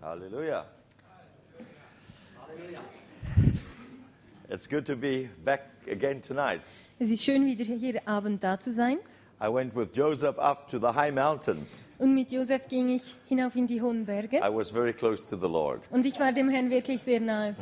Hallelujah. It's good to be back again tonight. Es ist schön, wieder hier Abend da zu sein. I went with Joseph up to the high mountains. Und mit Josef ging ich hinauf in die hohen Berge. I was very close to the Lord. Und ich war dem Herrn wirklich sehr nahe.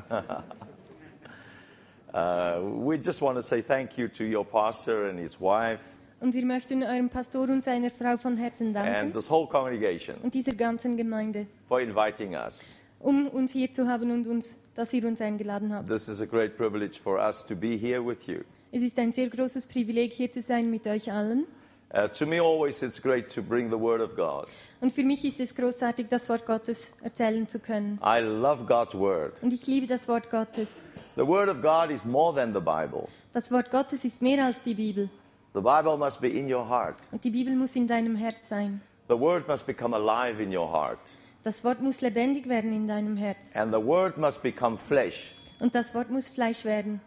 Uh, we just want to say thank you to your pastor and his wife Und wir möchten eurem Pastor und seiner Frau von and Herzen danken this whole congregation und dieser ganzen Gemeinde, for inviting us. um uns hier zu haben und uns, dass ihr uns eingeladen habt. This is a great privilege for us to be here with you. Es ist ein sehr großes Privileg, hier zu sein mit euch allen. Uh, to me, always, it's great to bring the Word of God. Und für mich ist es großartig, das Wort Gottes erzählen zu können. I love God's Word. Und ich liebe das Wort Gottes. The Word of God is more than the Bible. Das Wort Gottes ist mehr als die Bibel. The Bible must be in your heart. Und die Bibel muss in deinem Herz sein. The Word must become alive in your heart. Das Wort muss lebendig werden in deinem Herz. And the Word must become flesh. Und das Wort muss Fleisch werden.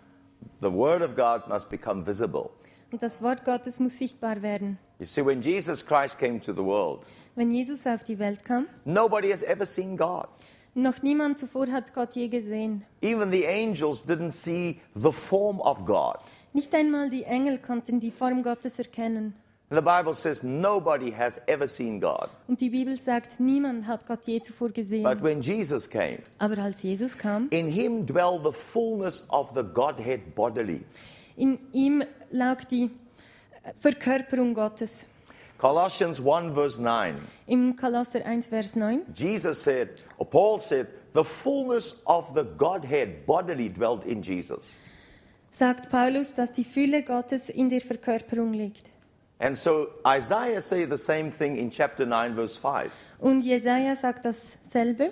The Word of God must become visible. Und das Wort Gottes muss sichtbar werden. You see, when Jesus Christ came to the world, Wenn Jesus auf die Welt kam, nobody has ever seen God. noch niemand zuvor hat Gott je gesehen. Even the angels didn't see the form of God. Nicht einmal die Engel konnten die Form Gottes erkennen. And the Bible says nobody has ever seen God. Und die Bibel sagt, niemand hat Gott je zuvor But gesehen. when Jesus came, Aber als Jesus kam, in him dwell the fullness of the Godhead bodily. in ihm lag die Verkörperung Gottes. Colossians 1 verse 9, Im Kolosser 1, Vers 9. Jesus said, or Paul said, the fullness of the Godhead bodily dwelt in Jesus. sagt Paulus, dass die Fülle Gottes in der Verkörperung liegt. And so Isaiah say the same thing in chapter 9 verse 5. Und Jesaja sagt dasselbe.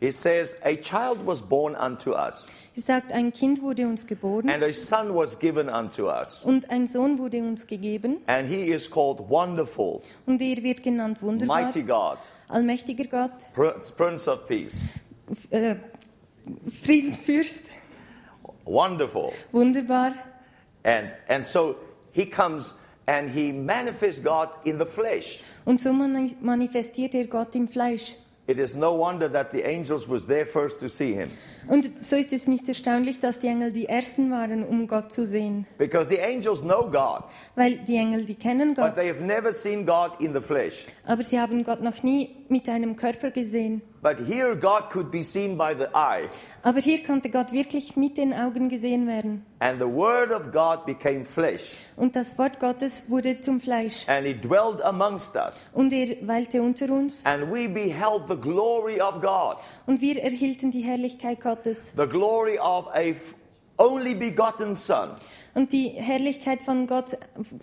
He says, a child was born unto us, Er sagt, ein Kind wurde uns geboren and a son was given unto us. und ein Sohn wurde uns gegeben And he is called Wonderful, und er wird genannt Wunderbar, Mighty God, allmächtiger Gott, Prince Prince of Peace. F- äh, Friedenfürst, Wonderful. wunderbar. And, and so he comes and he manifests God in the flesh. Und so mani- manifestiert er Gott im Fleisch. It is no wonder that the angels was there first to see him. Und so ist es nicht erstaunlich, dass die Engel die Ersten waren, um Gott zu sehen. Because the angels know God, Weil die Engel, die kennen but Gott, they have never seen God in the flesh. aber sie haben Gott noch nie mit einem Körper gesehen. But here God could be seen by the eye. Aber hier konnte Gott wirklich mit den Augen gesehen werden. And the word of God became flesh, Und das Wort Gottes wurde zum Fleisch. and he dwelled amongst us. Und er weilte unter uns. And we beheld the glory of God, Und wir erhielten die Herrlichkeit Gottes. the glory of a f- only begotten Son, Und die Herrlichkeit von, Gott,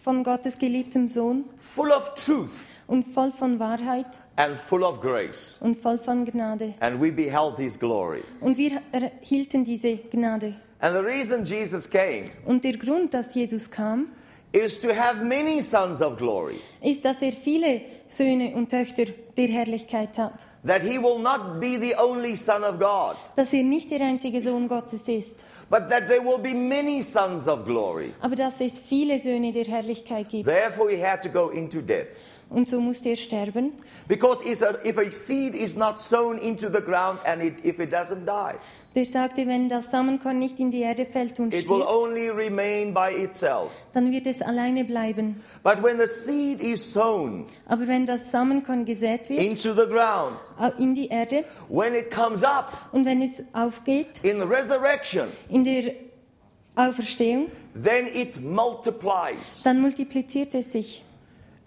von Gottes geliebtem Sohn. full of truth Und voll von Wahrheit and full of grace. und voll von Gnade. And we beheld his glory. Und wir erhielten diese Gnade. And the reason Jesus came Und der Grund, dass Jesus kam, is to have many sons of glory, ist, dass er viele Söhne und Töchter der Herrlichkeit hat. that he will not be the only Son of God, Dass er nicht der einzige Sohn Gottes ist, but that there will be many sons of glory. aber dass es viele Söhne der Herrlichkeit gibt. Therefore, he had to go into death. Und so musste er sterben. Because it's a, if a seed is not sown into the ground and it, if it doesn't die, Der sagte, wenn das Samenkorn nicht in die Erde fällt und it will stirbt, only remain by itself. dann wird es alleine bleiben. But when the seed is sown Aber wenn das Samenkorn gesät wird into the ground, au- in die Erde when it comes up und wenn es aufgeht in the resurrection, in der Auferstehung, then it multiplies. dann multipliziert es sich.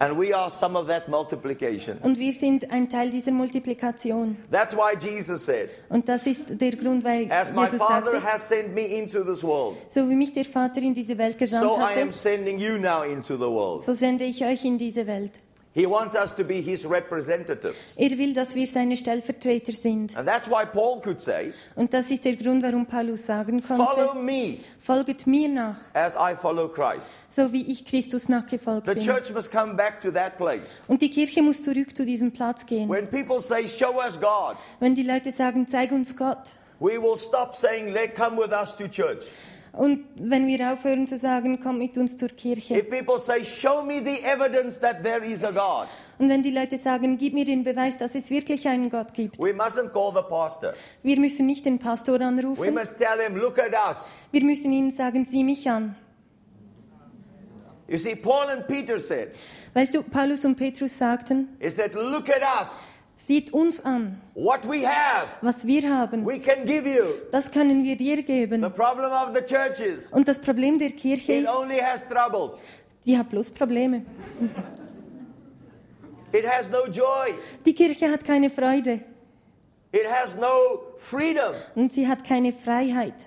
And we are some of that multiplication. Und wir sind ein Teil dieser Multiplikation. That's why Jesus said, Und das ist der Grund, weil As my Jesus Father sagte, has sent me into this world, so wie mich der Vater in diese Welt so gesandt I am hatte, sending you now into the world. so sende ich euch in diese Welt. He wants us to be His representatives. Er will, dass wir seine Stellvertreter sind. And that's why Paul could say, Und das ist der Grund, warum Paulus sagen Follow konnte, me folget mir nach. as I follow Christ. so wie ich Christus nachgefolgt The bin. church must come back to that place. Und die Kirche muss zurück zu diesem Platz gehen. When people say, Show us God, Wenn die Leute sagen, zeig uns Gott. we will stop saying, Let come with us to church. Und wenn wir aufhören zu sagen, komm mit uns zur Kirche. If people say, Show me the evidence that there is a God, Und wenn die Leute sagen, gib mir den Beweis, dass es wirklich einen Gott gibt, We mustn't call the pastor. wir müssen nicht den Pastor We anrufen, must tell him, look at us. wir müssen ihnen sagen, sieh mich an. You see, Paul and Peter said, Weißt du, Paulus und Petrus sagten, he said, look at us. sieht uns an, What we have, was wir haben, we can give you. das können wir dir The geben. problem of the church is Und das Problem der Kirche it ist, only has troubles. die hat bloß Probleme. It has no joy. Die Kirche hat keine Freude It has no freedom. und sie hat keine Freiheit.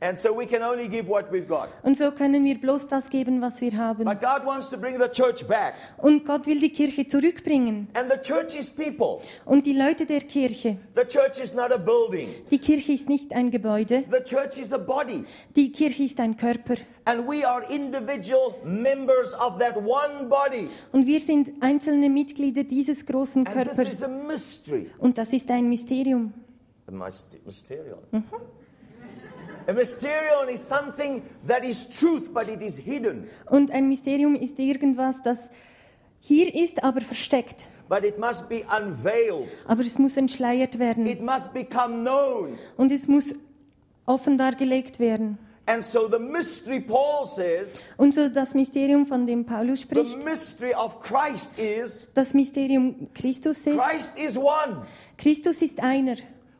And so we can only give what we've got. Und so können wir bloß das geben, was wir haben. But God wants to bring the church back. Und Gott will die Kirche zurückbringen. And the church is people. Und die Leute der Kirche. The church is not a building. Die Kirche ist nicht ein Gebäude, The church is a body. die Kirche ist ein Körper. And we are individual members of that one body. Und wir sind einzelne Mitglieder dieses großen And this is Körpers. a mystery. Und das ist ein Mysterium. A myst- mysterion. A mysterion is something that is truth, but it is hidden. Und ein Mysterium ist irgendwas, das hier ist, aber versteckt. But it must be unveiled. Aber es muss entschleiert werden. It must become known. Und es muss offen dargelegt werden. And so the mystery, Paul says, Und so das Mysterium, von dem Paulus the spricht, mystery of Christ is das Mysterium Christus ist, Christ is one, Christus ist einer,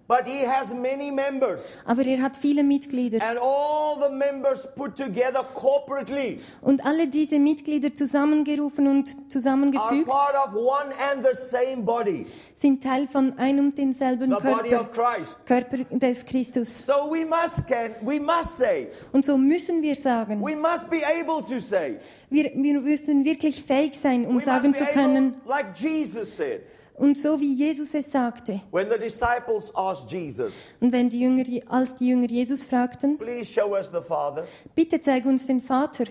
but he has many members. aber er hat viele Mitglieder. And all the members put together corporately Und alle diese Mitglieder zusammengerufen und are zusammengefügt part of one and the same body, sind Teil von einem und denselben the body of Körper, Christ. Körper des Christus. So we must can we must say, Und so müssen wir sagen, we must be able to say, wir, wir müssen wirklich fähig sein, um we must sagen be zu able, können, like Jesus said, und so wie Jesus es sagte. when the disciples asked Jesus, Und wenn die Jünger, Je- als die Jünger Jesus fragten, please show us the Father. bitte zeig uns den Vater.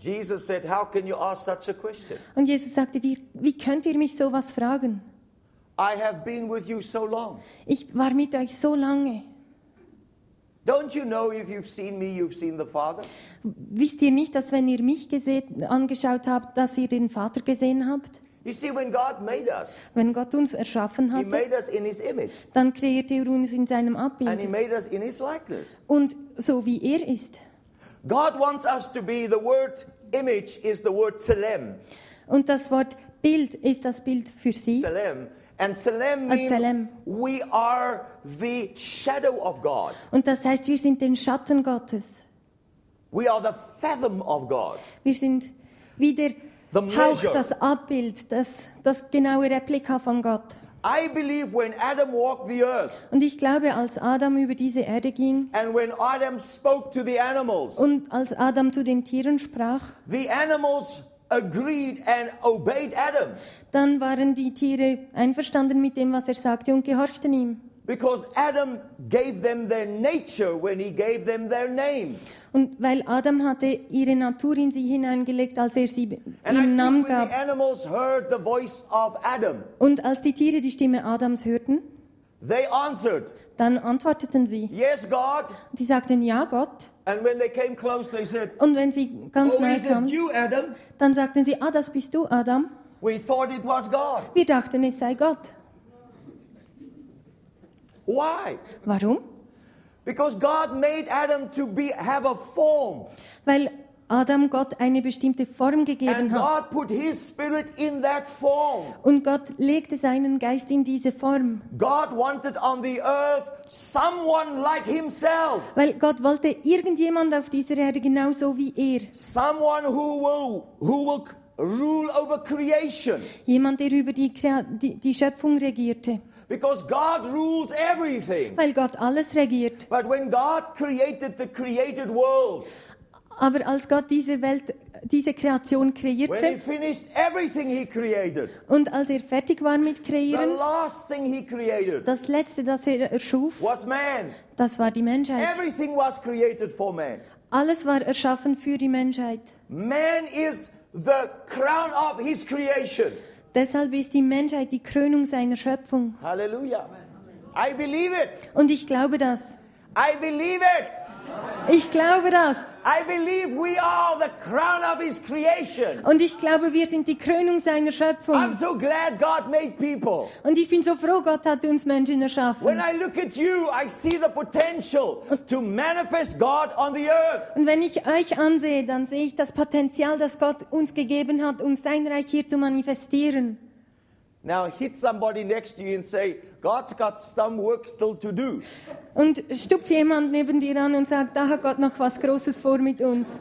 Jesus said, How can you ask such a question? Und Jesus sagte, wie, wie könnt ihr mich sowas fragen? I have been with you so long. Ich war mit euch so lange. Don't you know if you've seen me, you've seen the Father? Wisst ihr nicht, dass wenn ihr mich gesehen, angeschaut habt, dass ihr den Vater gesehen habt? You see, when God made us, Wenn Gott uns erschaffen He hatte, made us in His image dann kreierte er uns in seinem and He Abbild. made us in His likeness. Und so wie er ist. God wants us to be, the word image is the word tselem. Und das Wort Bild ist das Bild für sie. Tselem. And tselem Ah, means tselem. we are the shadow of God. Und das heißt, wir sind den Schatten Gottes. We are the fathom of God. Wir sind wie der The Hauch, measure. das Abbild, das, das genaue Replika von Gott. I believe when Adam walked the earth Und ich glaube, als Adam über diese Erde ging and when Adam spoke to the animals, und als Adam zu den Tieren sprach, the animals agreed and obeyed Adam Dann waren die Tiere einverstanden mit dem, was er sagte und gehorchten ihm. because Adam gave them their nature when he gave them their name. Und weil Adam hatte ihre Natur in sie hineingelegt, als er sie And I ihm think Namen when gab. the animals heard the voice of Adam, Und als die Tiere die Stimme Adams hörten, they answered, dann antworteten sie. Yes, God. Sie sagten, ja Gott. And when they came close, they said, Und wenn sie ganz Oh, nahe is it kamen, you, Adam? dann sagten sie, ah, das bist du, Adam. We thought it was God. Wir dachten, es sei Gott. Why? Warum? Because God made Adam to be have a form. Weil Adam Gott eine bestimmte Form And gegeben God hat. put his spirit in that form. Und Gott legte seinen Geist in diese Form. God wanted on the earth someone like himself. Weil Gott wollte irgendjemand auf dieser Erde genauso wie er. Someone who will who will c- rule over creation. Jemand, der über die, Krea- die, die Schöpfung regierte. Because God rules everything. Weil Gott alles regiert. But when God created the created world, Aber als Gott diese Welt, diese Kreation when he kreierte finished everything he created, und als er fertig war mit the Kreieren, last thing he created das Letzte, das er erschuf, was man. das war die Menschheit. Everything was created for man. Alles war erschaffen für die Menschheit. Man is the crown of his creation. Deshalb ist die Menschheit die Krönung seiner Schöpfung. Hallelujah. I believe it. Und ich glaube das. I believe it. Ich glaube das. I believe we are the crown of His creation. Und ich glaube, wir sind die Krönung seiner I'm Schöpfung. so glad God made people. Und ich bin so froh, Gott hat uns Menschen When erschaffen. I look at you, I see the potential to manifest God on the earth. Und wenn ich euch ansehe, dann sehe ich das Potenzial, das Gott uns gegeben hat, um sein Reich hier zu manifestieren. Now hit somebody next to you and say, God's got some work still to do. Und stupf jemand neben dir an und sagt, da hat Gott noch was Großes vor mit uns.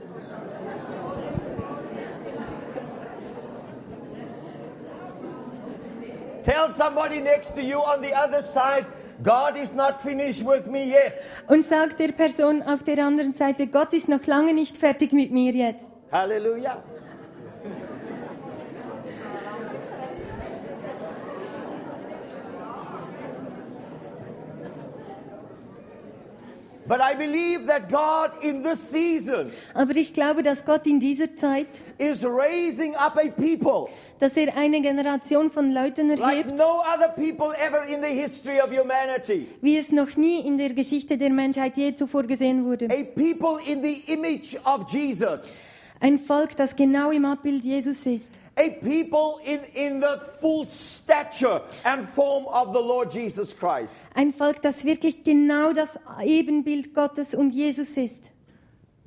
Tell somebody next to you on the other side, God is not finished with me yet. Und sag der Person auf der anderen Seite, Gott ist noch lange nicht fertig mit mir jetzt. Hallelujah. But I believe that God in this season Aber ich glaube, dass Gott in dieser Zeit, is raising up a people dass er eine Generation von Leuten like erhebt, no other people ever in the history of humanity. wie es noch nie in der Geschichte der Menschheit je zuvor gesehen wurde. A people in the image of Jesus. Ein Volk, das genau im Abbild Jesus ist. A people in, in the full stature and form of the Lord Jesus Christ. Ein Volk, das wirklich genau das Ebenbild Gottes und Jesus ist.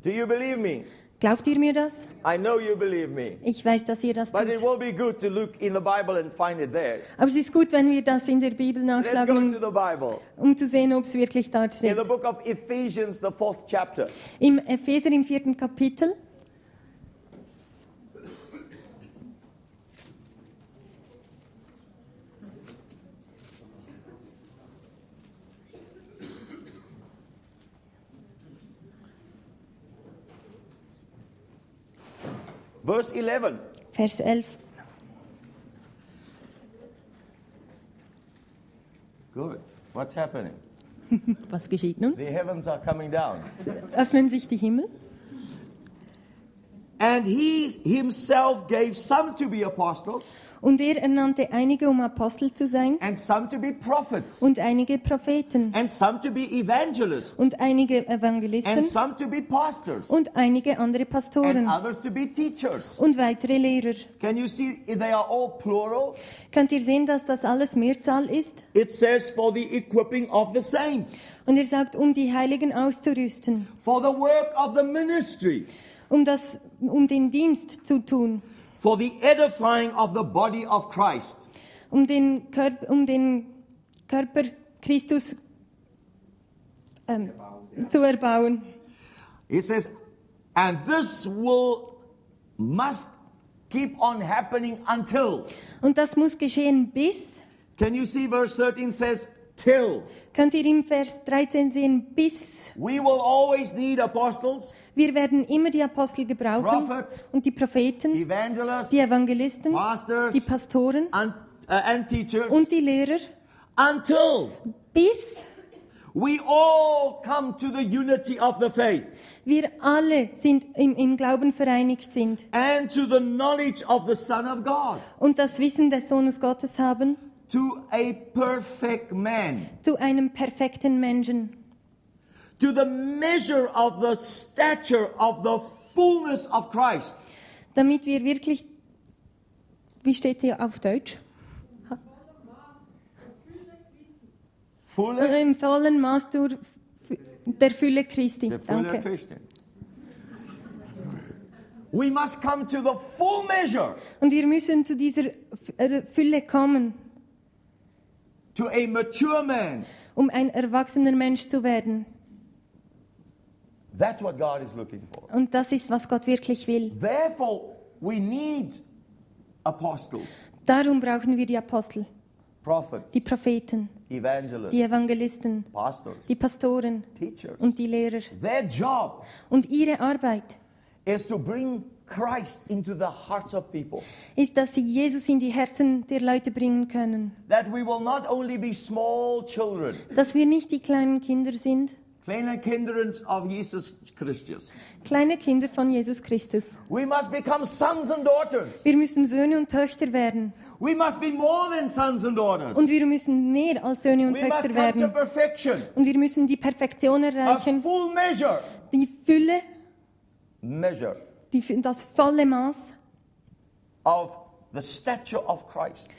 Do you believe me? Glaubt ihr mir das? I know you believe me. Ich weiß, dass ihr das But it tut. will be good to look in the Bible and find it there. Aber es ist gut, wenn wir das in der Bibel Let's go to nachschlagen, the Bible. um, um zu sehen, ob es wirklich In dort steht. the book of Ephesians, the fourth chapter. Im Epheser im vierten Kapitel, Verse 11. Vers 11. Good. What's happening? Was geschieht nun? The heavens are coming down. Öffnen sich die Himmel. And he himself gave some to be apostles Und er ernannte einige, um Apostel zu sein, and some to be prophets und einige Propheten, and some to be evangelists und einige and Evangelisten, some to be pastors und einige andere and Pastoren, others to be teachers. und weitere Lehrer. Can you see they are all plural? Könnt ihr sehen, dass das alles Mehrzahl ist? It says for the equipping of the saints, Und er sagt, um die Heiligen auszurüsten, for the work of the ministry. um, das, um den Dienst zu tun, for the edifying of the body of Christ. um den, Körp um den Körper Christus ähm, zu erbauen. He says, and this will must keep on happening until. Und das muss geschehen bis, Can you see verse 13 says, till. könnt ihr im Vers 13 sehen, bis We will always need apostles, wir werden immer die Apostel gebrauchen Prophets. und die Propheten, evangelists, die Evangelisten, Pastors. die Pastoren and, uh, and teachers und die Lehrer, until bis we all come to the unity of the faith wir alle sind im, im Glauben vereinigt sind and to the knowledge of the Son of God, und das Wissen des Sohnes Gottes haben to a perfect man. zu einem perfekten Menschen. to the measure of the stature of the fullness of Christ. damit wir wirklich, wie steht sie auf Deutsch? Fuller, Im vollen Maß durch Fü- der Fülle Christi. Danke. Christian. We must come to the full measure, Und wir müssen zu dieser F- äh, Fülle kommen, to a mature man. um ein erwachsener Mensch zu werden. That's what God is looking for. Und das ist, was Gott wirklich will. Therefore, we need apostles, Darum brauchen wir die Apostel, prophets, die Propheten, evangelists, die Evangelisten, pastors, die Pastoren teachers. und die Lehrer. Their job Und ihre Arbeit is to bring Christ into the hearts of people. ist, dass sie Jesus in die Herzen der Leute bringen können. That we will not only be small children, Dass wir nicht die kleinen Kinder sind, Kleine kinderen of Jesus Christus. Kleine Kinder von Jesus Christus. We must become sons and daughters. Wir müssen Söhne und Töchter werden. We must be more than sons and daughters. Und wir müssen mehr als Söhne und We must Töchter come to werden. perfection. Und wir müssen die Perfektion A erreichen. full measure. Die Fülle, Measure die, Fü- das volle Maß of the stature of Christ.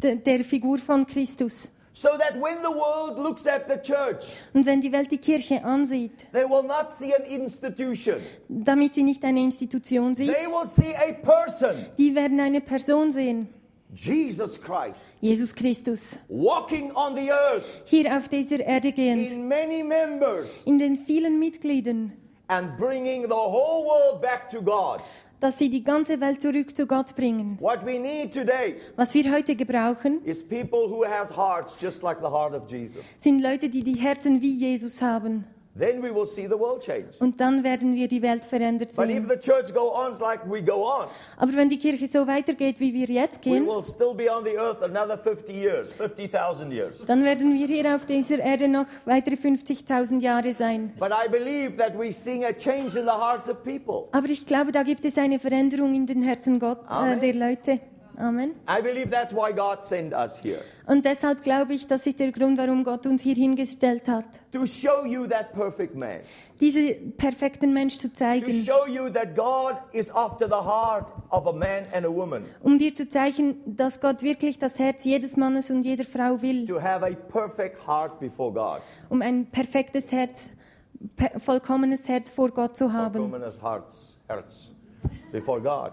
de, der Figur von Christus. So that when the world looks at the church, Und wenn die Welt die Kirche ansieht, they will not see an institution. damit sie nicht eine Institution sieht, They will see a person, die werden eine Person sehen. Jesus Christ, Jesus Christus. walking on the earth Hier auf dieser Erde gehend. in many members In den vielen Mitgliedern. and bringing the whole world back to God. Dass sie die ganze Welt zurück zu Gott bringen. What we need today Was wir heute gebrauchen, is people who has hearts just like the heart of Jesus. sind Leute, die die Herzen wie Jesus haben. Then we will see the world change. Und dann werden wir die Welt verändert But if sehen. the church go on like we go on, Aber wenn die Kirche so weitergeht, wie wir jetzt we gehen, will still be on the earth another 50 years, 50,000 years. dann werden wir hier auf dieser Erde noch weitere 50.000 Jahre sein. But I believe that we're seeing a change in the hearts of people. Aber ich glaube, da gibt es eine Veränderung in den Herzen Gott, äh, Amen. der Leute. Amen. I believe that's why God sent us here Und deshalb glaube ich, das ist der Grund, warum Gott uns hier hingestellt hat, to show you that perfect man, diesen perfekten Mensch zu to zeigen, show you that God is after the heart of a man and a woman, um dir zu zeigen, dass Gott wirklich das Herz jedes Mannes und jeder Frau will, to have a perfect heart before God, um ein perfektes Herz, per vollkommenes Herz vor Gott zu haben. woman's hearts, hearts, before God.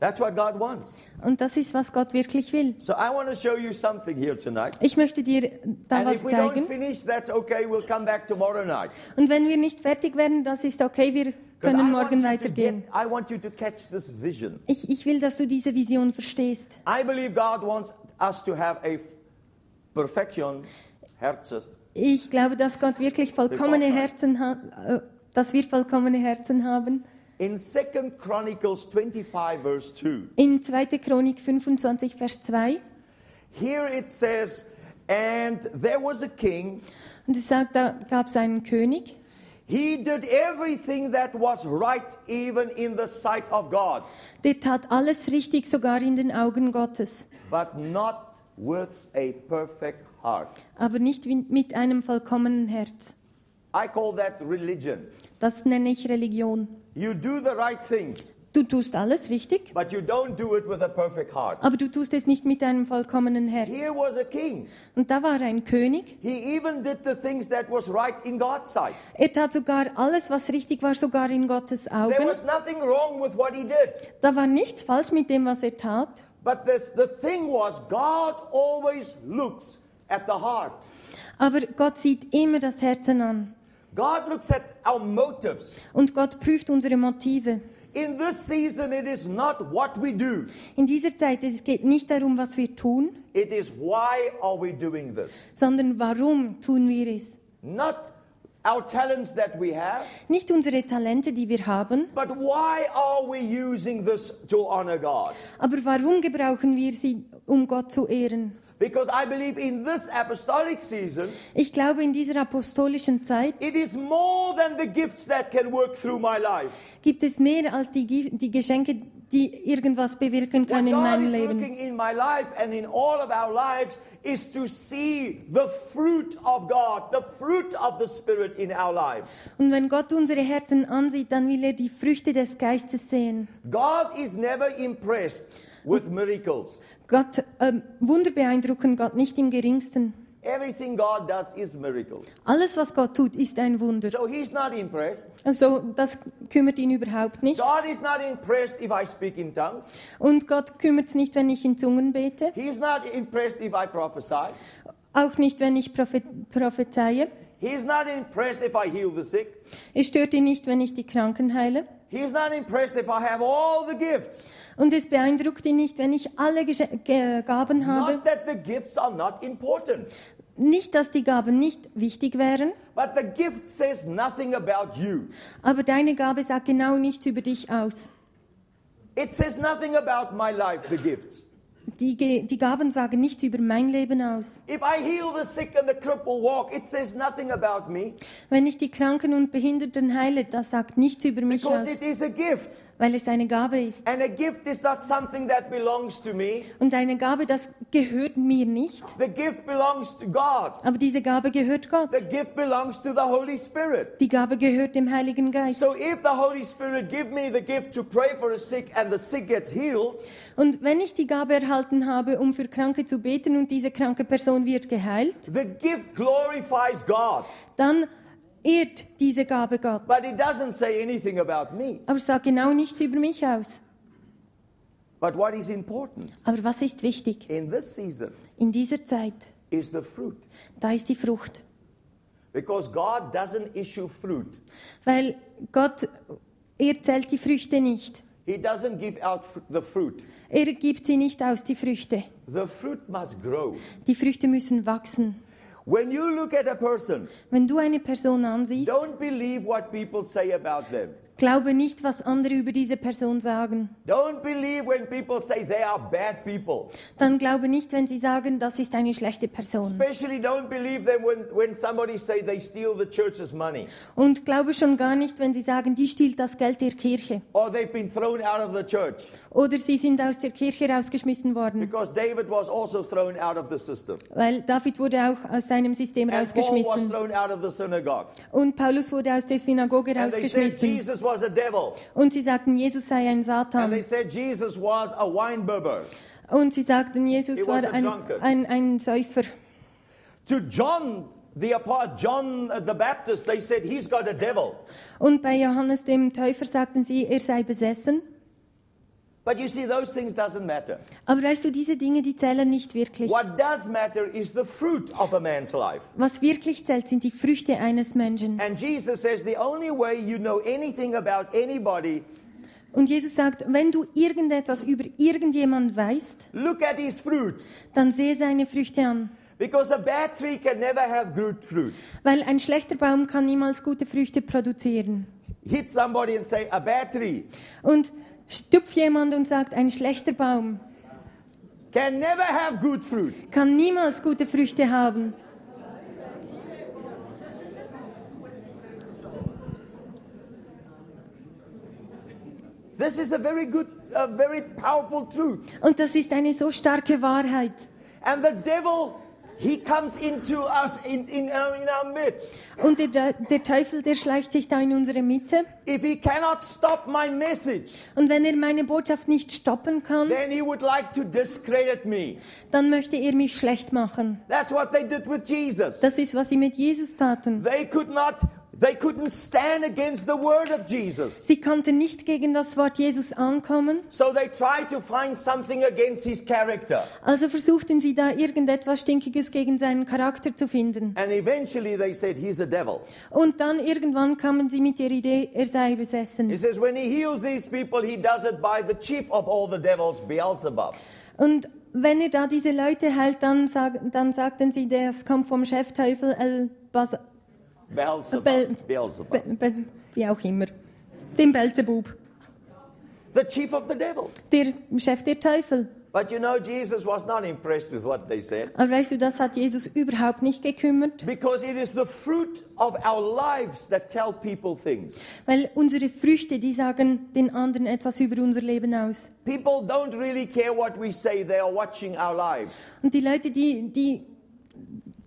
That's what God wants. Und das ist, was Gott wirklich will. So I want to show you something here tonight. Ich möchte dir da And was if we don't zeigen. finish, that's okay. We'll come back tomorrow night. Und wenn wir nicht fertig werden, das ist okay, wir 'Cause I können want morgen you to weitergehen. get- I want you to catch this vision. Ich, ich will, dass du diese Vision verstehst. I believe God wants us to have a f- perfection herzens. Ich glaube, dass Gott wirklich vollkommene Vollkommen. Herzen hat, dass wir vollkommene Herzen haben. In 2 Chronicles 25 verse 2, In 2. Chronik 25, Vers 2. here it says, "And there was a king. Und es sagt, da gab es einen König. He did everything that was right, even in the sight of God, Der tat alles richtig, sogar in den Augen Gottes. but not with a perfect heart." Aber nicht wie- mit einem vollkommenen Herz. I call that religion. Das nenne ich Religion. You do the right things, Du tust alles richtig, but you don't do it with a perfect heart. aber du tust es nicht mit einem vollkommenen Herz. Here was a king. Und da war ein König. He even did the things that was right in God's sight. Er tat sogar alles, was richtig war, sogar in Gottes There Augen. was nothing wrong with what he did. Da war nichts falsch mit dem, was er tat. But this, the thing was, God always looks at the heart. Aber Gott sieht immer das Herzen an. God looks at our motives. Und Gott prüft unsere Motive. In this season, it is not what we do, In dieser Zeit, es geht nicht darum, was wir tun, it is why are we doing this. sondern warum tun wir es. Not our talents that we have, Nicht unsere Talente, die wir haben, but why are we using this to honor God? aber warum gebrauchen wir sie, um Gott zu ehren. Because I believe in this apostolic season, Ich glaube, in dieser apostolischen Zeit it is more than the gifts that can work through my life. gibt es mehr als die, Gi- die Geschenke, die irgendwas bewirken What können in God meinem is Leben. looking in my life and in all of our lives is to see the fruit of God, the fruit of the Spirit in our lives. Und wenn Gott unsere Herzen ansieht, dann will er die Früchte des Geistes sehen. God is never impressed with miracles. Gott, ähm, Wunder beeindrucken Gott nicht im geringsten. Everything God does is miracles. Alles, was Gott tut, ist ein Wunder. So He's not impressed. Also das kümmert ihn überhaupt nicht. God is not impressed if I speak in tongues. Und Gott kümmert es nicht, wenn ich in Zungen bete, He's not impressed if I prophesy. auch nicht, wenn ich prophe prophezeie. He's not impressed if I heal the sick. Es stört ihn nicht, wenn ich die Kranken heile. He's not impressed if I have all the gifts. Und es beeindruckt ihn nicht, wenn ich alle Gesche- Ge- Gaben habe. Not that the gifts are not important. Nicht, dass die Gaben nicht wichtig wären, But the gift says nothing about you. aber deine Gabe sagt genau nichts über dich aus. It says nothing about my life, the gifts. Die, Ge- die Gaben sagen nicht über mein Leben aus. If I heal the sick and the cripple walk, it says nothing about me Wenn ich die Kranken und Behinderten heile, das sagt nichts über mich because aus, it is a gift. weil es eine Gabe ist. And a gift is not something that belongs to me. Und eine Gabe, das gehört mir nicht, The gift belongs to God. aber diese Gabe gehört Gott. The gift belongs to the Holy Spirit. Die Gabe gehört dem Heiligen Geist. So if the Holy Spirit give me the gift to pray for the sick and the sick gets healed, Und wenn ich die Gabe erhalten habe, um für Kranke zu beten und diese kranke Person wird geheilt, the gift glorifies God. dann ehrt diese Gabe Gott. But it doesn't say anything about me. Aber es sagt genau nichts über mich aus. But what is important Aber was ist wichtig in this season in dieser Zeit? is the fruit. Da ist die Frucht. Because God doesn't issue fruit. Weil Gott, er zählt die Früchte nicht. He doesn't give out fr- the fruit. Er gibt sie nicht aus, die Früchte. The fruit must grow. Die Früchte müssen wachsen. When you look at a person, Wenn du eine Person ansiehst, don't believe what people say about them. glaube nicht, was andere über diese Person sagen. Don't believe when people say they are bad people. Dann glaube nicht, wenn sie sagen, das ist eine schlechte Person. Especially don't believe them when, when somebody say they steal the church's money Und glaube schon gar nicht, wenn sie sagen, die stiehlt das Geld der Kirche. or they've been thrown out of the church Oder sie sind aus der Kirche rausgeschmissen worden. because David was also thrown out of the system. Weil David wurde auch aus seinem System And Paul was rausgeschmissen. thrown out of the synagogue. Und Paulus wurde aus der Synagoge And they said rausgeschmissen. Jesus was a devil. Und sie sagten, Jesus sei ein And they Satan. said Jesus was a wine bibber. Und sie sagten, Jesus He war was a ein, drunkard. ein, ein Säufer. To John, the apart John uh, the Baptist, they said he's got a devil. Und bei Johannes dem Täufer sagten sie, er sei besessen. But you see, those things doesn't matter. Aber weißt du, diese Dinge, die zählen nicht wirklich. What does matter is the fruit of a man's life. Was wirklich zählt, sind die Früchte eines Menschen. And Jesus says the only way you know anything about anybody, Und Jesus sagt, wenn du irgendetwas über irgendjemand weißt, look at his fruit. dann sehe seine Früchte an. Because a bad tree can never have good fruit. Weil ein schlechter Baum kann niemals gute Früchte produzieren. Hit somebody and say, a bad tree Und stupf jemand und sagt, ein schlechter Baum can never have good fruit. kann niemals gute Früchte haben. This is a very good, a very powerful truth. Und das ist eine so starke Wahrheit. And the devil, he comes into us in, in, our, in our midst. Und der, der Teufel, der schleicht sich da in unsere Mitte. If he cannot stop my message, Und wenn er meine Botschaft nicht stoppen kann, then he would like to discredit me. dann möchte er mich schlecht machen. That's what they did with Jesus. Das ist, was sie mit Jesus taten. They could not, they couldn't stand against the word of Jesus. Sie konnten nicht gegen das Wort Jesus ankommen, So they tried to find something against his character. also versuchten sie da irgendetwas Stinkiges gegen seinen Charakter zu finden. And eventually they said, he's a devil. Und dann irgendwann kamen sie mit der Idee, er sei He besessen. says, when he heals these people, he does it by the chief of all the devils, Beelzebub. Und wenn er da diese Leute heilt, dann, sag, dann sagten sie, das kommt vom Chefteufel El Bas Bel- Beelzebub. Beelzebub. Be Be wie auch immer, dem Belzebub, The chief of the devil. der Chef der Teufel. But you know, Jesus was not impressed with what they said Aber weißt du, das hat Jesus überhaupt nicht gekümmert. because it is the fruit of our lives that tell people things. Weil unsere Früchte, die sagen den anderen etwas über unser Leben aus. People don't really care what we say, they are watching our lives. Und die Leute, die, die,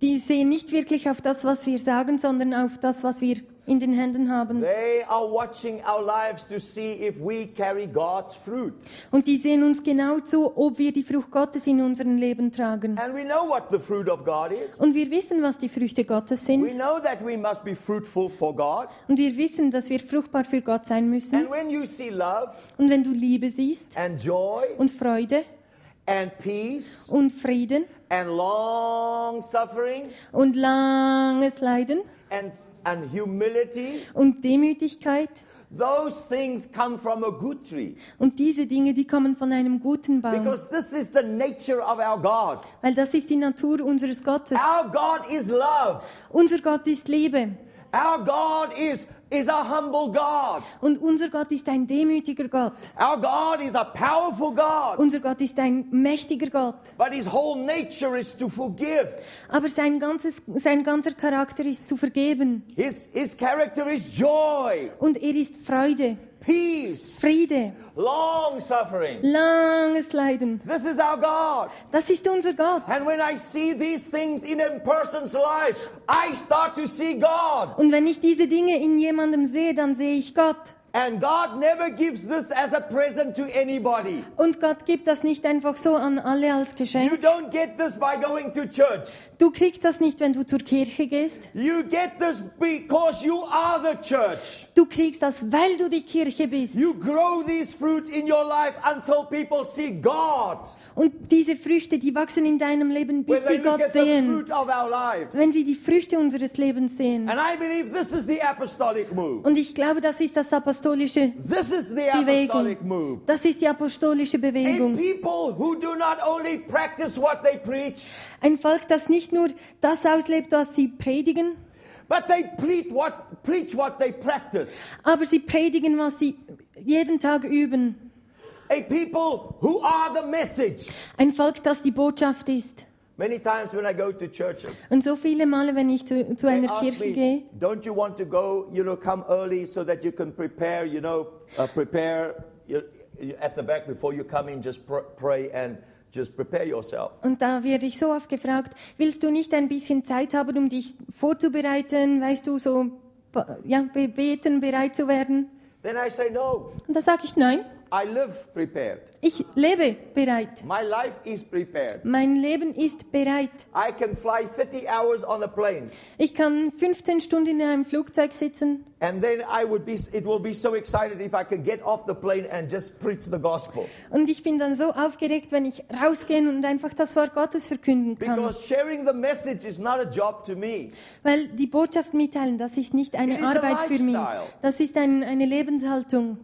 die sehen nicht wirklich auf das, was wir sagen, sondern auf das, was wir in den Händen haben. They are watching our lives to see if we carry God's fruit. Und die sehen uns genau zu, ob wir die Frucht Gottes in unserem Leben tragen. And we know what the fruit of God is. Und wir wissen, was die Früchte Gottes We sind. know that we must be fruitful for God. Und wir wissen, dass wir fruchtbar für Gott sein müssen. And when you see love Und wenn du Liebe siehst and joy und Freude and peace und Frieden and long suffering und langes Leiden and, and humility, und Demütigkeit Those things come from a good tree und diese Dinge, die kommen von einem guten Baum. because this is the nature of our God. Weil das ist die Natur unseres Gottes. Our God is love, Unser Gott ist Liebe. Our God is, is a humble God. Und unser Gott ist ein demütiger Gott. Our God is a powerful God. Unser Gott ist ein mächtiger Gott. But his whole nature is to forgive. Aber sein, ganzes, sein ganzer Charakter ist zu vergeben. His, his character is joy, Und er ist Freude, peace, Friede, long suffering. langes Leiden. This is our God. Das ist unser Gott. And when I see these things in a person's life, I start to see God. Und wenn ich diese Dinge in jemandem sehe, dann sehe ich Gott. And God never gives this as a present to anybody. Und Gott gibt das nicht einfach so an alle als You Geschenk. don't get this by going to church. Du kriegst das nicht, wenn du zur Kirche gehst. You get this because you are the church. Du kriegst das, weil du die Kirche bist. You grow these fruit in your life until people see God. Und diese Früchte, die wachsen in deinem Leben, When bis they sie look Gott at the sehen. fruit of our lives. Wenn sie die Früchte unseres Lebens sehen. And I believe this is the apostolic move. Und ich glaube, das ist das apostolische This is the apostolic move. Bewegung. Das ist die apostolische In Bewegung. people who do not only practice what they preach, Ein Volk, das nicht nur das auslebt, was sie predigen, but they preach what, preach what they practice. aber sie predigen, was sie jeden Tag üben. A people who are the message. Ein Volk, das die Botschaft ist. Many times when I go to churches, Und so viele Male, wenn ich zu, zu They einer ask Kirche me, gehe, Don't you want to go, you know, come early so that you can prepare, you know, uh, prepare you, you- at the back before you come in, just pr- pray and just prepare yourself. und da werde ich so oft gefragt, willst du nicht ein bisschen Zeit haben, um dich vorzubereiten, weißt du, so ba- ja, be- beten, bereit zu werden? Then I say, no, Und da sage ich, nein, I live prepared. ich lebe bereit. My life is prepared. Mein Leben ist bereit. I can fly 30 hours on a plane Ich kann 15 Stunden in einem Flugzeug sitzen and then I would be, it will be so excited if I can get off the plane and just preach the gospel. und ich bin dann so aufgeregt, wenn ich rausgehen und einfach das Wort Gottes verkünden kann. Because sharing the message is not a job to me. Weil die Botschaft mitteilen, das ist nicht It eine is a Arbeit für mich. lifestyle. Das ist ein, eine Lebenshaltung.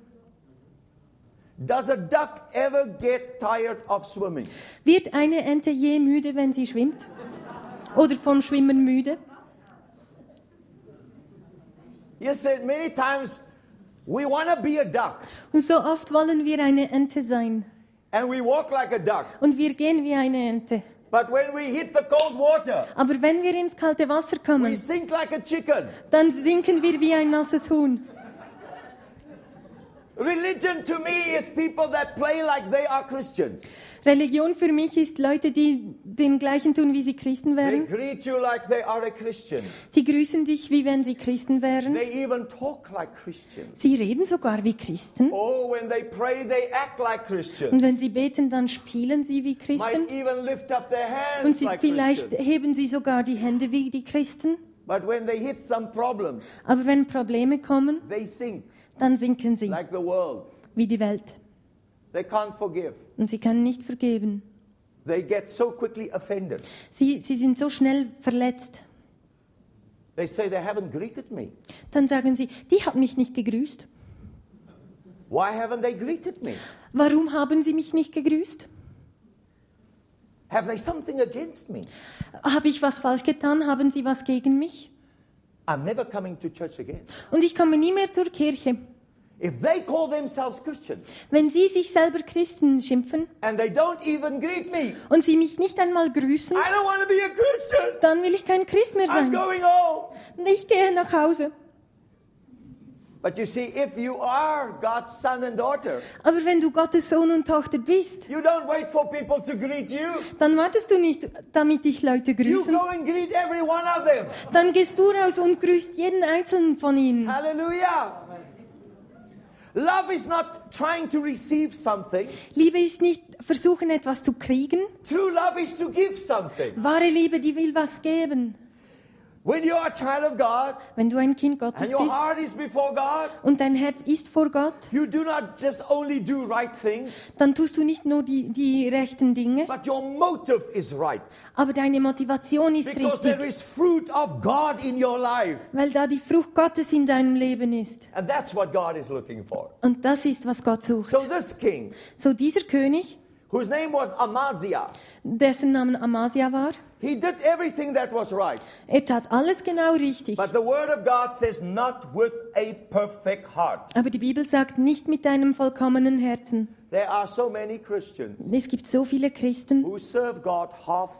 Does a duck ever get tired of swimming? Wird eine Ente je müde, wenn sie schwimmt? Oder vom Schwimmen müde? You said many times we want to be a duck Und so oft wollen wir eine Ente sein. and we walk like a duck. Und wir gehen wie eine Ente. But when we hit the cold water, Aber wenn wir ins kalte Wasser we kommen, sink like a chicken. dann sinken wir wie ein nasses Huhn. Religion to me is people that play like they are Christians. Religion für mich ist Leute, die den gleichen tun, wie sie Christen They wären. greet you like they are a Christian. Sie grüßen dich, wie wenn sie Christen wären. They even talk like Christians. Sie reden sogar wie Christen. Or when they pray, they act like Christians. Und wenn sie beten, dann spielen sie wie Christen. Might even lift up their Und hands sie, like vielleicht Christians. heben sie sogar die Hände wie die Christen. But when they hit some problems, Aber wenn Probleme kommen, they sink dann sinken sie like the world. wie die Welt. They can't forgive. Und sie können nicht vergeben. They get so quickly offended. Sie, sie sind so schnell verletzt. They say they haven't greeted me. Dann sagen sie, die hat mich nicht gegrüßt. Why haven't they greeted me? Warum haben sie mich nicht gegrüßt? Have they something against me? Habe ich was falsch getan? Haben sie was gegen mich? I'm never coming to church again. Und ich komme nie mehr zur Kirche. If they call themselves Christians Wenn sie sich selber Christen schimpfen and they don't even greet me, und sie mich nicht einmal grüßen, I don't want to be a Christian. dann will ich kein Christ mehr I'm sein. going home. Und ich gehe nach Hause. But you see, if you are God's son and daughter, Aber wenn du Gottes Sohn und Tochter bist, you don't wait for people to greet you. dann wartest du nicht, damit dich Leute You grüßen. go and greet every one of them. Dann gehst du raus und grüßt jeden einzelnen von ihnen. Hallelujah. Love is not trying to receive something. Liebe ist nicht versuchen, etwas zu kriegen. True love is to give something. Wahre Liebe, die will was geben. When you are a child of God Wenn du ein Kind and Gottes your bist heart is before God, und dein Herz ist vor Gott, You do not just only do right things, dann tust du nicht nur die, die rechten Dinge, but your motive is right. aber deine Motivation ist Because there richtig, is fruit of God in your life. weil da die Frucht Gottes in deinem Leben ist. And that's what God is looking for. Und das ist, was Gott sucht. So, this king So dieser König, whose name was Amaziah. dessen Name Amasia war. He did everything that was right. Er tat alles genau richtig. But the word of God says, not with a perfect heart. Aber die Bibel sagt, nicht mit einem vollkommenen Herzen. There are so many Christians Es gibt so viele Christen, who serve God half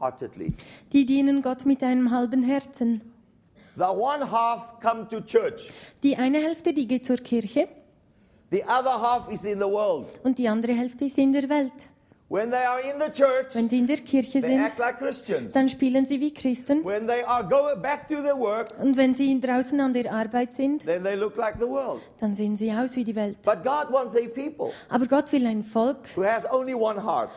heartedly. die dienen Gott mit einem halben Herzen. The one half come to church, Die eine Hälfte, die geht zur Kirche the other half is in the world. und die andere Hälfte ist in der Welt. When they are in the church, Wenn sie in der Kirche they sind, act like Christians. dann spielen sie wie Christen. When they are go back to their work, Und wenn sie draußen an der Arbeit sind, then they look like the world. dann sehen sie aus wie die Welt. But God wants a people Aber Gott will ein Volk, who has only one heart,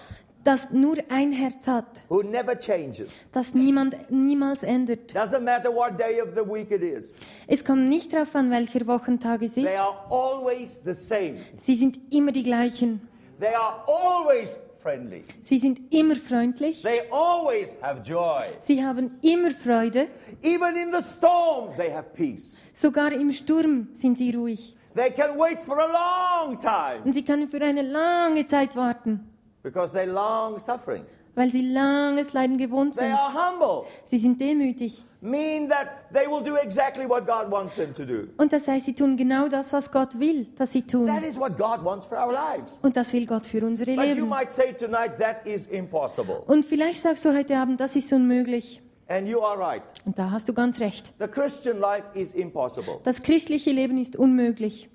das nur ein Herz hat, who never changes. das niemand niemals ändert. Doesn't matter what day of the week it is, Es kommt nicht darauf an, welcher Wochentag es ist. they are always the same. Sie sind immer die gleichen. They are always friendly. Sie sind immer freundlich. They always have joy. Sie haben immer Freude. Even in the storm, they have peace. Sogar im Sturm sind sie ruhig. They can wait for a long time Und sie können für eine lange Zeit warten, because they're long suffering. weil sie langes Leiden gewohnt They sind. are humble, Sie sind demütig. mean that they will do exactly what God wants them to do. Und das heißt, sie tun genau das, was Gott will, dass sie tun. That is what God wants for our lives. Und das will Gott für unsere But you Leben. might say tonight, that is impossible. Und vielleicht sagst du heute Abend, das ist unmöglich. And you are right. Und da hast du ganz recht. The Christian life is impossible. Das christliche Leben ist unmöglich.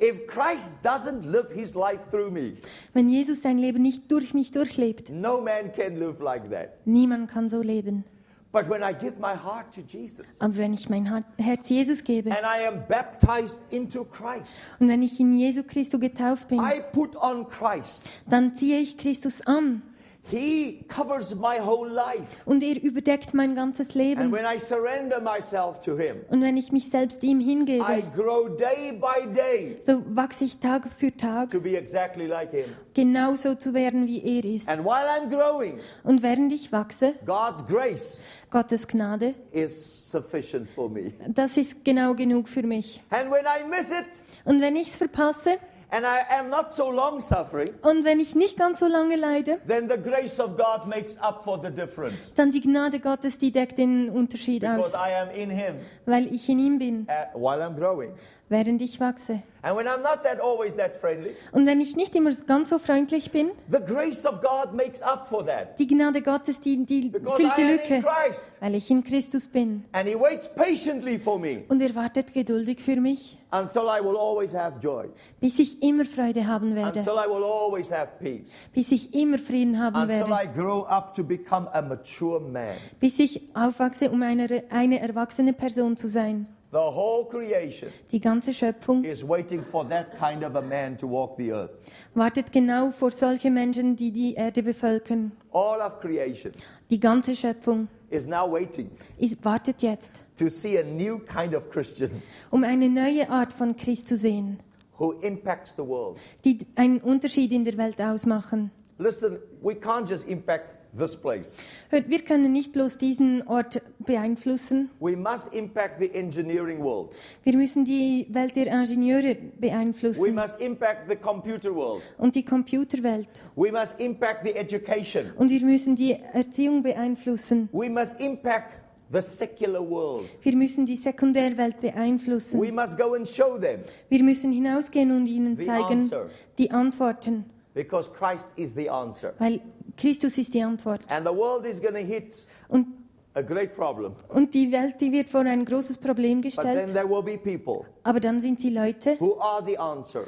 If Christ doesn't live his life through me, Wenn Jesus sein Leben nicht durch mich durchlebt, no man can live like that. niemand kann so leben. But when I give my heart to Jesus Aber wenn ich mein Her- Herz Jesus gebe and I am baptized into Christ, und wenn ich in Jesu Christus getauft bin, I put on Christ. dann ziehe ich Christus an He covers my whole life. und er überdeckt mein ganzes And Leben. when I surrender myself to Him, Und wenn ich mich selbst ihm I hingebe, grow day by day so wachse ich Tag für Tag, to be exactly like Him. genauso zu werden, wie er ist. And while I'm growing, Und während ich wachse, God's grace Gottes Gnade, is sufficient for me. das ist genau genug für mich. And when I miss it, Und wenn ich es verpasse and I am not so long suffering, und wenn ich nicht ganz so lange leide, then the grace of God makes up for the difference. dann die Gnade Gottes, die deckt den Unterschied aus, Because I am in Him weil ich in ihm bin, uh, while I'm growing. während ich wachse. And when I'm not that always that friendly, Und wenn ich nicht immer ganz so freundlich bin, the grace of God makes up for that. die Gnade Gottes, die, die Because füllt I die am in Lücke, Christ. weil ich in Christus bin. And He waits patiently for me Und er wartet geduldig für mich, until I will always have joy, bis ich immer Freude haben werde, until I will always have peace, bis ich immer Frieden haben until werde, I grow up to become a mature man. bis ich aufwachse, um eine, eine erwachsene Person zu sein. The whole creation Die ganze Schöpfung is waiting for that kind of a man to walk the earth. wartet genau vor solche Menschen, die die Erde bevölkern. All of creation Die ganze Schöpfung is now waiting ist, wartet jetzt, to see a new kind of Christian um eine neue Art von Christ zu sehen, who impacts the world. die einen Unterschied in der Welt ausmachen. Listen, we can't just impact this place. Hört, wir können nicht bloß diesen Ort beeinflussen, We must impact the engineering world. wir müssen die Welt der Ingenieure We beeinflussen must impact the computer world. und die Computerwelt. We must impact the education. Und wir müssen die Erziehung beeinflussen. We must impact the secular world. Wir müssen die Sekundärwelt beeinflussen. We must go and show them Wir müssen hinausgehen und ihnen The zeigen answer. die Antworten, because Christ is the answer. weil Christus ist die Antwort. And the world is going to hit Und, a great problem. und die Welt, die wird vor ein großes Problem But then gestellt. there will be people Aber dann sind sie Leute, who are the answer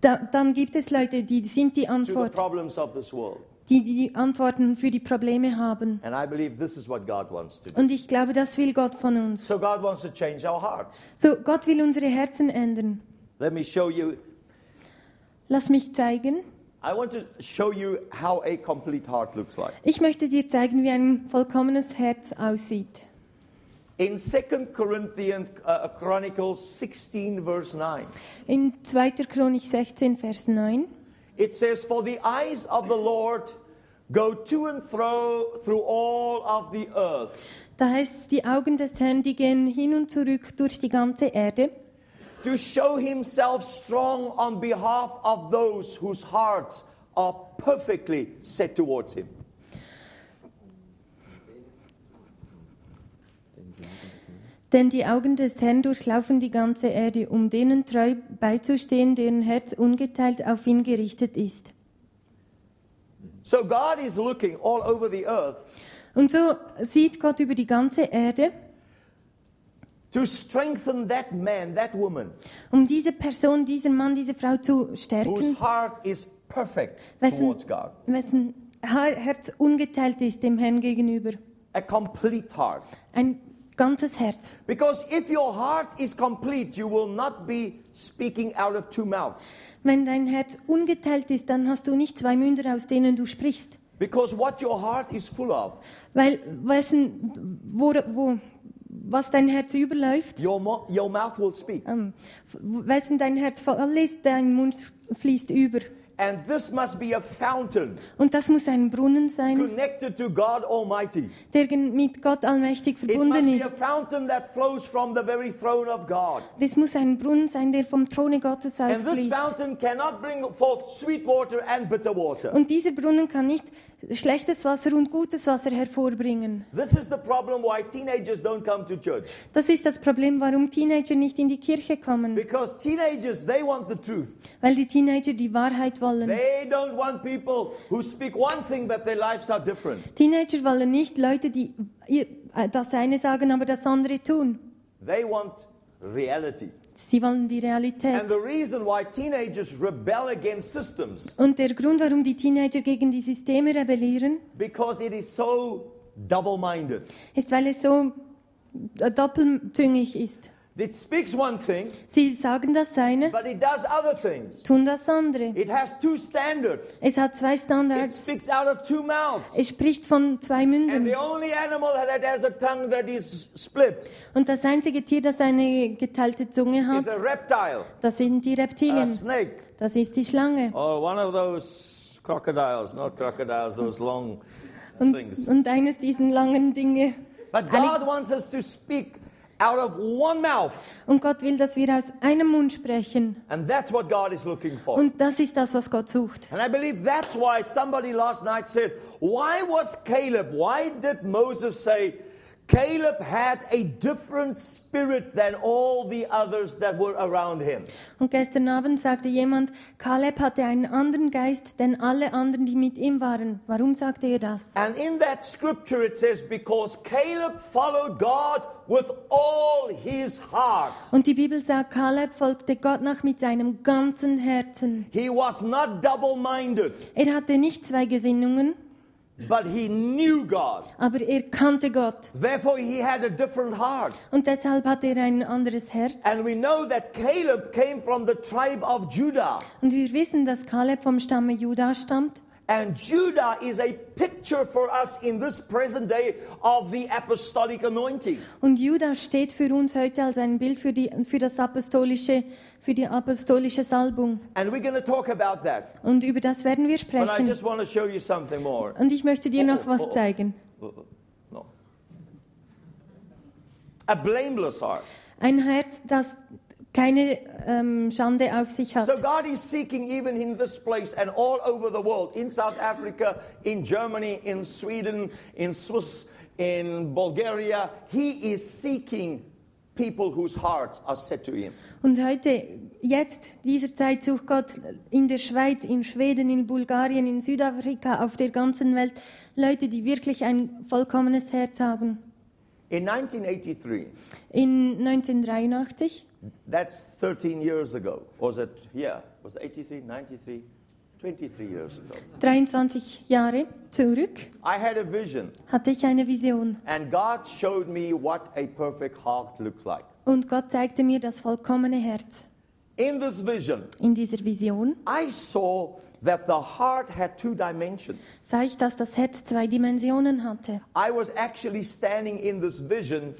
da, dann gibt es Leute, die sind die to the Antwort, problems of this world. die die Antworten für die Probleme haben. And I believe this is what God wants to do. Und ich glaube, das will Gott von uns. So God wants to change our hearts. So, Gott will unsere Herzen ändern. Let me show you. Lass mich zeigen. I want to show you how a complete heart looks like. Ich möchte dir zeigen, wie ein vollkommenes Herz aussieht. In 2 Corinthians uh, Chronicles 16 verse 9, In 2. Chronik 16, Vers 9. it says for the eyes of the Lord go to and fro through all of the earth Da heißt es, die Augen des Herrn, die gehen hin und zurück durch die ganze Erde, to show himself strong on behalf of those whose hearts are perfectly set towards Him. Denn die Augen des Herrn durchlaufen die ganze Erde, um denen treu beizustehen, deren Herz ungeteilt auf ihn gerichtet ist. So God is looking all over the earth Und so sieht Gott über die ganze Erde, to strengthen that man, that woman, um diese Person, diesen Mann, diese Frau zu whose stärken, heart is perfect wessen, towards God. wessen Her- Herz ungeteilt ist dem Herrn gegenüber. A complete heart. Ein ganzes Herz. Because if your heart is complete, you will not be speaking out of two mouths. Wenn dein Herz ungeteilt ist, dann hast du nicht zwei Münder, aus denen du sprichst. Because what your heart is full of, Weil, wessen, wo, wo, was dein Herz überläuft, your, mo- your mouth will speak. ähm, wessen dein Herz voll ist, dein Mund fließt über. And this must be a fountain Und das muss ein Brunnen sein, connected to God Almighty. der gen- mit Gott It allmächtig must verbunden be a ist. fountain that flows from the very throne of God. Das muss ein Brunnen sein, der vom Throne Gottes And this ausfließt. fountain cannot bring forth sweet water and bitter water. Und dieser Brunnen kann nicht schlechtes Wasser und gutes Wasser hervorbringen. This is the problem why teenagers don't come to church. Das ist das Problem, warum Teenager nicht in die Kirche kommen. Because teenagers, they want the truth. Weil die Teenager die Wahrheit wollen. They don't want people who speak one thing but their lives are different. Teenager wollen nicht Leute, die ihr- äh, das eine sagen, aber das andere tun. They want reality. Sie wollen die Realität. And the reason why teenagers rebel against systems Und der Grund, warum die Teenager gegen die Systeme rebellieren, because it is so double-minded. ist, weil es so doppelzüngig ist. It speaks one thing Sie sagen das eine, but it does other things. tun das andere. It has two standards. Es hat zwei It Standards. speaks out of two mouths. Es spricht von zwei And Mündern. the only animal that has a tongue that is split Und das einzige Tier, das eine geteilte Zunge is hat, a reptile, das sind die a Reptilien. snake, Das ist die Schlange. or one of those crocodiles, not crocodiles, those long Und, things. und eines dieser langen Dinge. But God wants us to speak out of one mouth, Und Gott will, dass wir aus einem Mund sprechen. and that's what God is looking for. Und das ist das, was Gott sucht. And I believe that's why somebody last night said, Why was Caleb, why did Moses say, Caleb had a different spirit than all the others that were around him? Und gestern Abend sagte jemand, Kaleb hatte einen anderen Geist, denn alle anderen, die mit ihm waren. Warum sagte er das? And in that scripture it says, Because Caleb followed God with all his heart. Und die Bibel sagt, Kaleb folgte Gott nach mit seinem ganzen Herzen. He was not double minded, Er hatte nicht zwei Gesinnungen, but he knew God. aber er kannte Gott. Therefore, he had a different heart. Und deshalb hatte er ein anderes Herz. And we know that Caleb came from the tribe of Judah. Und wir wissen, dass Kaleb vom Stamme Juda stammt. And Judah is a picture for us in this present day of the apostolic anointing. Und Juda steht für uns heute als ein Bild für die, für das apostolische, für die apostolische Salbung. And we're going to talk about that. Und über das werden wir But I sprechen. just want to show you something more. Und ich möchte dir noch Oh, oh, was oh. zeigen. No. A blameless heart. Ein Herz, das keine ähm, Schande auf sich So hat. God is seeking even in this place and all over the world, in South Africa, in Germany, in Sweden, in Swiss, in Bulgaria. He is seeking people whose hearts are set to him. Und heute, jetzt, dieser Zeit sucht Gott in der Schweiz, in Schweden, in Bulgarien, in Südafrika, auf der ganzen Welt Leute, die wirklich ein vollkommenes Herz haben. In 1983, In 1983 that's 13 years ago. Was it, yeah, was it 83, 93, 23 years ago. 23 Jahre zurück I had a vision hatte ich eine Vision and God showed me what a perfect heart looked like. und Gott zeigte mir das vollkommene Herz. In this vision, In dieser Vision I saw that the heart had two dimensions. sah ich, dass das Herz zwei Dimensionen hatte. I was actually standing in this vision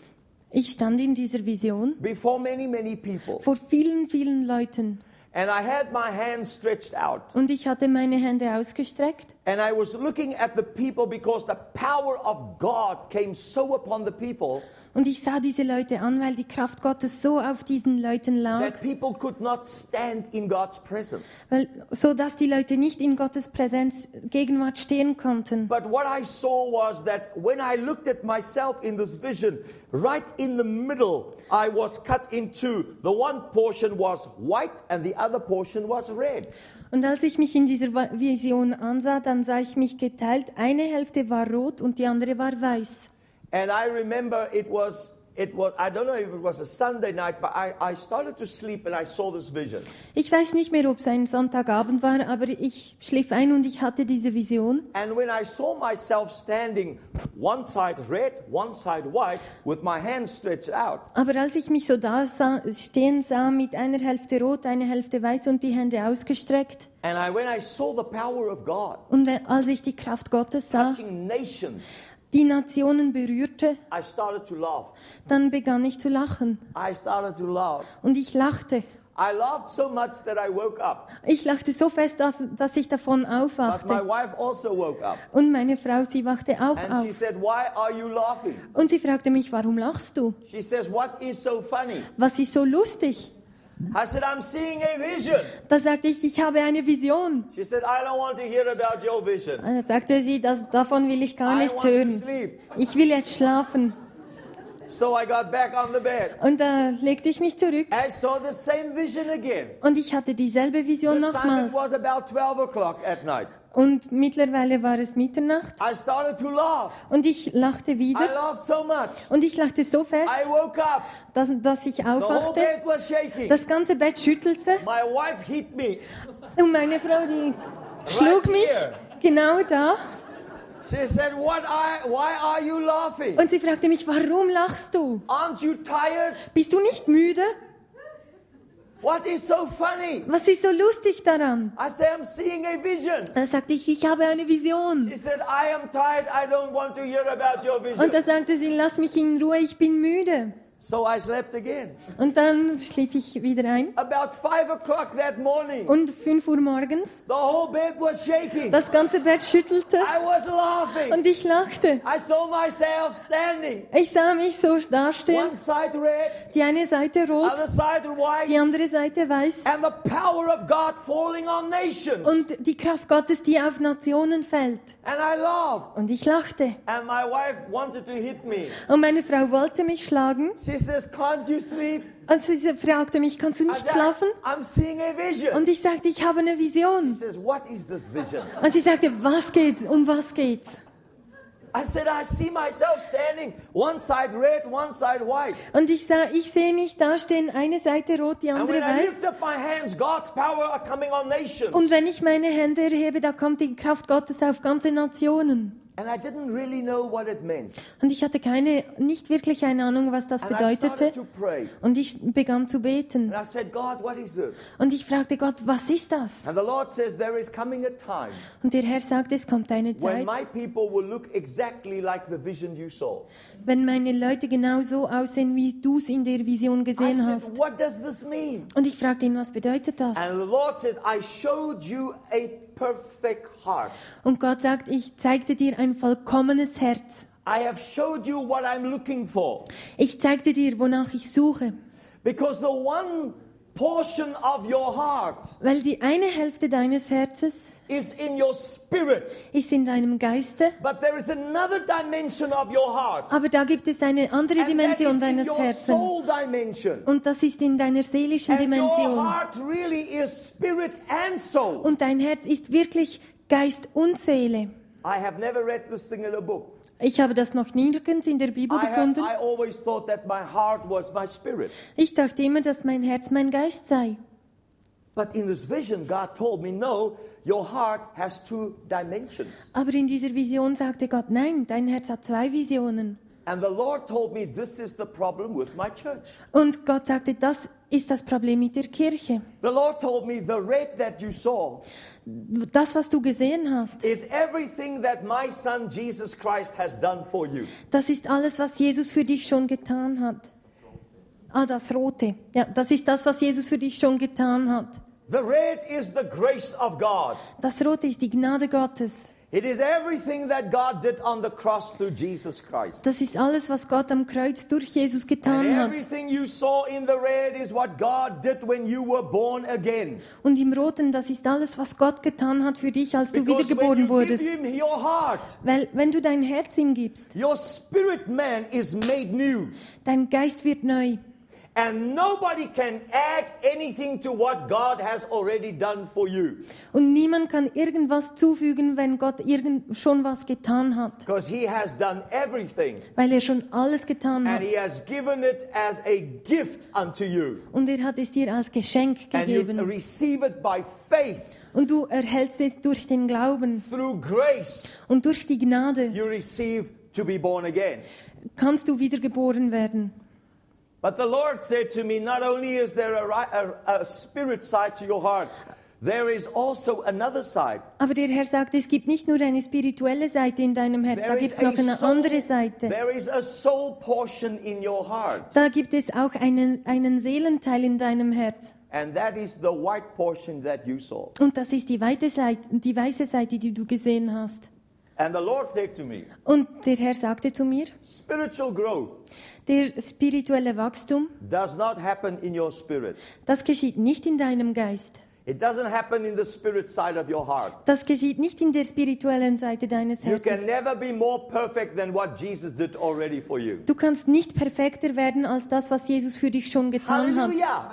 Ich stand in dieser Vision before many, many people. vor vielen, vielen Leuten And I had my hands stretched out. und ich hatte meine Hände ausgestreckt And I was looking at the people because the power of God came so upon the people Und ich sah diese Leute an, weil die Kraft Gottes so auf diesen Leuten lag, that people could not stand in God's presence. weil, so dass die Leute nicht in Gottes Präsenz, Gegenwart stehen konnten. But what I saw was that when I looked at myself in this vision, right in the middle, I was cut in two. The one portion was white and the other portion was red. Und als ich mich in dieser Wa- Vision ansah, dann sah ich mich geteilt. Eine Hälfte war rot und die andere war weiß. And I remember it was, it was I don't know if it was a Sunday night, but I, I started to sleep and I saw this vision. Ich weiß nicht mehr, ob es ein Sonntagabend war, aber ich schlief ein und ich hatte diese Vision. And when I saw myself standing, one side red, one side white, with my hands stretched out, Aber als ich mich so da sah, stehen sah, mit einer Hälfte rot, einer Hälfte weiß und die Hände ausgestreckt, and I, when I saw the power of God und we- als ich die Kraft Gottes sah, touching nations, die Nationen berührte, I started to laugh. dann begann ich zu lachen. I started to laugh. Und ich lachte. I laughed so much that I woke up, Ich lachte so fest, auf- dass ich davon but my aufwachte. wife also woke up. Und meine Frau, sie wachte auch And she auf. said, Why are you laughing? Und sie fragte mich, warum lachst du? She says, What is so funny? Was ist so lustig? I said, I'm seeing a vision. Da sagte ich, ich habe eine Vision. She said, I don't want to hear about your vision. Da sagte sie, das, davon will ich gar I want nichts to hören. sleep. Ich will jetzt schlafen. So I got back on the bed. Und da legte ich mich zurück. I saw the same vision again. Und ich hatte dieselbe Vision This time it nochmals. was about 12 o'clock at night. Und mittlerweile war es Mitternacht. I started to laugh. Und ich lachte I wieder. laughed so much. Und ich lachte so fest, I woke up. dass, dass ich The whole aufwachte. bed was shaking. Das ganze Bett schüttelte. My wife hit me. Und meine Frau, die schlug mich here. genau da. She said, "What? I, why are you laughing? Und sie fragte mich, warum lachst du? Aren't you tired? Bist du nicht müde? What is so funny?" Was ist so lustig daran? I said, "I'm seeing a vision." Da sagte ich, ich habe eine Vision. She said, "I am tired. I don't want to hear about your Und da vision." sagte sie, lass mich in Ruhe, ich bin müde. So I slept again. Und dann schlief ich wieder ein. About five o'clock that morning, Und 5 Uhr morgens, the whole bed was shaking. das ganze Bett schüttelte I was laughing. und ich lachte. I saw myself standing. Ich sah mich so dastehen, One side red, die eine Seite rot, other side die white, andere Seite weiß. and the power of God falling on nations. Und die Kraft Gottes, die auf Nationen fällt. And I laughed. Und ich lachte. And my wife wanted to hit me. Und meine Frau wollte mich schlagen. She says, Can't you sleep? Und sie fragte mich, kannst du I nicht said, schlafen? I'm seeing a vision. Und ich sagte, ich habe eine She Vision. says, What is this vision? Und sie sagte, was geht's? Um was geht's? I said, I see myself standing, one side red, one side white. Und ich sah, ich sehe mich dastehen, eine Seite rot, die And andere when I weiß. lift up my hands, God's power are coming on nations. Und wenn ich meine Hände erhebe, da kommt die Kraft Gottes auf ganze Nationen. And I didn't really know what it meant. Und ich hatte keine, nicht wirklich eine Ahnung, was das And I started bedeutete. to pray. Und ich begann zu beten. And I said, God, what is this? Und ich fragte Gott, was ist das? And the Lord says, There is coming a time Und der Herr sagte, es kommt eine when Zeit, my people will look exactly like the vision you saw. wenn meine Leute genau so aussehen, wie du es in der Vision I gesehen hast. said, What does this mean? Und ich fragte ihn, was bedeutet das? And the Lord says, I showed you a perfect heart. Und Gott sagt, ich zeigte dir ein vollkommenes Herz. I have showed you what I'm looking for. Ich zeigte dir, wonach ich suche. Because the one portion of your heart Weil die eine Hälfte deines Herzens is in your spirit, ist in deinem Geiste, but there is another dimension of your heart. aber da gibt es eine andere And that Dimension is in deines your Herzens. soul dimension. Und das ist in deiner seelischen And your Dimension. heart really is spirit and soul. Und dein Herz ist wirklich Geist und Seele. I have never read this thing in a book. Ich habe das noch nirgends in der Bibel I, have, gefunden. I always thought that my heart was my spirit. Ich dachte immer, dass mein Herz mein Geist sei. But in this vision, God told me, no, your heart has two dimensions. Aber in dieser Vision sagte Gott, nein, dein Herz hat zwei Visionen. And the Lord told me, this is the problem with my church. Und Gott sagte, das ist das Problem mit der Kirche. The Lord told me, the red that you saw Das, was du gesehen hast, is everything that my son Jesus Christ has done for you. das ist alles, was Jesus für dich schon getan hat. Ah, das Rote. Ja, das ist das, was Jesus für dich schon getan hat. The red is the grace of God. Das Rote ist die Gnade Gottes. It is everything that God did on the cross through Jesus Christ. Das ist alles, was Gott am Kreuz durch Jesus And getan hat. everything you saw in the red is what God did when you were born again. Und im Roten, das ist alles, was Gott getan hat für dich, als du Because when wiedergeboren you give wurdest. him your heart, Weil wenn du dein Herz ihm gibst, your spirit man is made new. dein Geist wird neu. And nobody can add anything to what God has already done for you. Und niemand kann irgendwas zufügen, wenn Gott irgend schon was getan hat. Because He has done everything. Weil er schon alles getan And hat. He has given it as a gift unto you. Und er hat es dir als Geschenk And you gegeben. receive it by faith, Und du erhältst es durch den Glauben. through grace. Und durch die Gnade You receive to be born again. kannst du wiedergeboren werden. But the Lord said to me, Not only is there a, ri- a, a spirit side to your heart, there is also another side. Aber der Herr sagt, es gibt nicht nur eine spirituelle Seite in deinem Herz, da There gibt is es a noch eine soul- andere Seite. There is a soul portion in your heart, Da gibt es auch einen, einen Seelenteil in deinem Herz. and that is the white portion that you saw. Und das ist die, weite Seite, die weiße Seite, die du gesehen hast. And the Lord said to me, Und der Herr sagte zu mir, Spiritual growth der spirituelle Wachstum, does not happen in your spirit. das geschieht nicht in deinem Geist. It doesn't happen in the spirit side of your heart. Das geschieht nicht in der spirituellen Seite deines You can Herzens. never be more perfect than what Jesus did already for you. Du kannst nicht perfekter werden als das, was Jesus für dich schon getan hat. Hallelujah.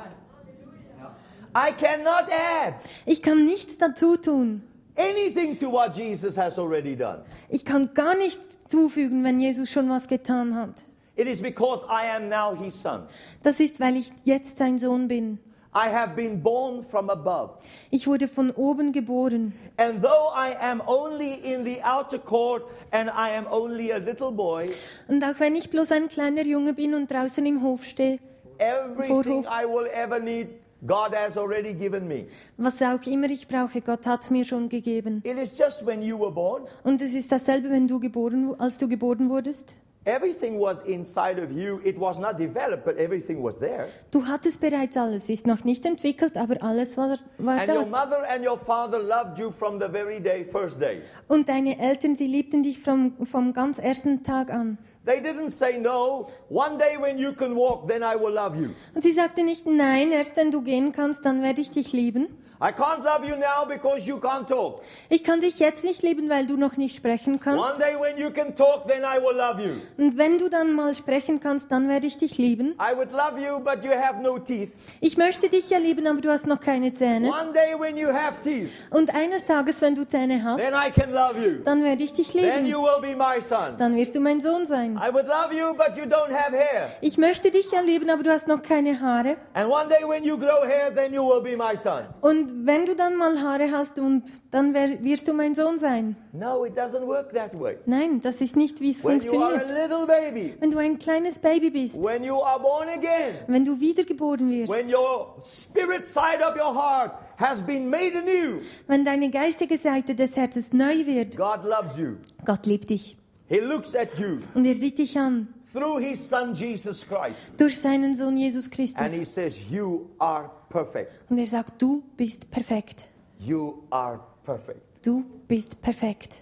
I cannot add Ich kann nichts dazu tun. anything to what Jesus has already done. Ich kann gar nichts zufügen, wenn Jesus schon was getan hat. It is because I am now his son. Das ist, weil ich jetzt sein Sohn bin. I have been born from above. Ich wurde von oben geboren. And though I am only in the outer court and I am only a little boy, Und auch wenn ich bloß ein kleiner Junge bin und draußen im Hof stehe, everything Voorhoofd. I will ever need, God has already given me. was auch immer ich brauche, Gott hat es mir schon gegeben. It is just when you were born, Und es ist dasselbe, wenn du geboren, wu- als du geboren wurdest. everything was inside of you. It was not developed, but everything was there. Du hattest bereits alles, ist noch nicht entwickelt, aber alles war, war And your da. mother and your father loved you from the very day, first day. Und deine Eltern, sie liebten dich vom, vom ganz ersten Tag an. They didn't say, No, one day when you can walk, then I will love you. Und sie sagte nicht, nein, erst wenn du gehen kannst, dann werde ich dich lieben. I can't love you now because you can't talk. Ich kann dich jetzt nicht lieben, weil du noch nicht sprechen kannst. One day when you can talk, then I will love you. Und wenn du dann mal sprechen kannst, dann werde ich dich lieben. I would love you, but you have no teeth. Ich möchte dich ja lieben, aber du hast noch keine Zähne. One day when you have teeth, Und eines Tages, wenn du Zähne hast, then I can love you. dann werde ich dich Then lieben. you will be my son. Dann wirst du mein Sohn sein. I would love you, but you don't have hair. Ich möchte dich ja lieben, aber du hast noch keine Haare. And one day when you grow hair, then you will be my son. Und wenn du dann mal Haare hast und dann wer- wirst du mein Sohn sein. No, it doesn't work that way. Nein, das ist nicht, wie es When you are a funktioniert. little baby, Wenn du ein kleines Baby bist, when you are born again, wenn du wiedergeboren wirst, when your spirit side of your heart has been made anew, wenn deine geistige Seite des Herzens neu wird, God loves you. Gott liebt dich. He looks at you Und er sieht dich an through his son Jesus Christ durch seinen Sohn Jesus and he Christus. says, You are perfect. Und er sagt, du bist perfekt. You are perfect. Du bist perfekt.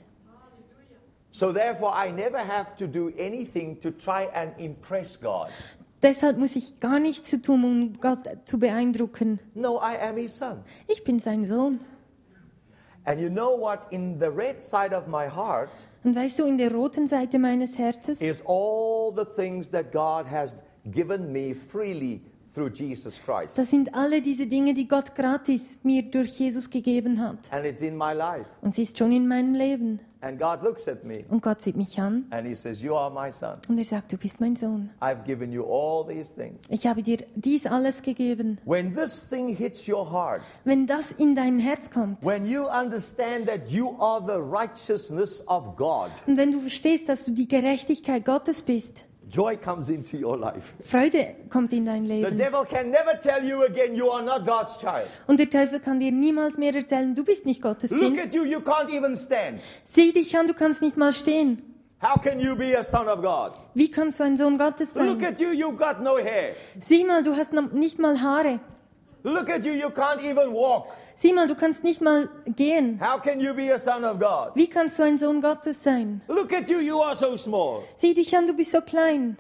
So therefore, I never have to do anything to try and impress God. Deshalb muss ich gar nichts zu tun, um Gott zu beeindrucken. No, I am his son. Ich bin sein Sohn. And you know what? In the red side of my heart Und weißt du, in der roten Seite meines Herzens is all the things that God has given me freely through Jesus Christ. Das sind alle diese Dinge, die Gott gratis mir durch Jesus gegeben hat. And it's in my life. Und sie ist schon in meinem Leben. And God looks at me Und Gott sieht mich an and he says, You are my son. und er sagt, du bist mein Sohn. I've given you all these things. Ich habe dir dies alles gegeben. When this thing hits your heart, Wenn das in dein Herz kommt when you understand that you are the righteousness of God, und wenn du verstehst, dass du die Gerechtigkeit Gottes bist, joy comes into your life. Freude kommt in dein The Leben. devil can never tell you again you are not God's child. Und der Teufel kann dir niemals mehr erzählen, du bist nicht Gottes Look Kind. at you, you can't even stand. Sieh dich an, du kannst nicht mal stehen. How can you be a son of God? Wie kannst du ein Sohn Gottes Look sein? at you, you got no hair. Sieh mal, du hast noch nicht mal Haare. Look at you, you can't even walk. Sieh mal, du kannst nicht mal gehen. How can you be a son of God? Wie kannst du ein Sohn Gottes sein? Look at you, you are so small. Sieh dich an, du bist so klein.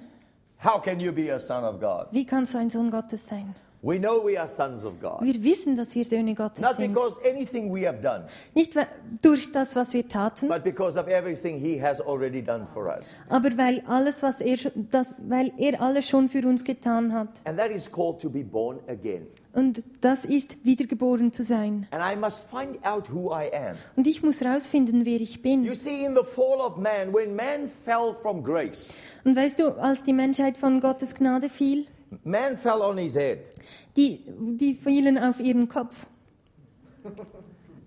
How can you be a son of God? Wie kannst du ein Sohn Gottes sein? We know we are sons of God. Wir wissen, dass wir Söhne Gottes Not sind. because anything we have done, Nicht we- durch das, was wir taten, but because of everything He has already done for us. aber weil, alles, was er, schon- das, weil er alles schon für uns getan hat. And that is called to be born again. Und das ist, wiedergeboren zu sein. And I must find out who I am. Und ich muss herausfinden, wer ich bin. You see, in the fall of man, when man fell from grace, Und weißt du, als die Menschheit von Gottes Gnade fiel, man fell on his head, die, die fielen auf ihren Kopf.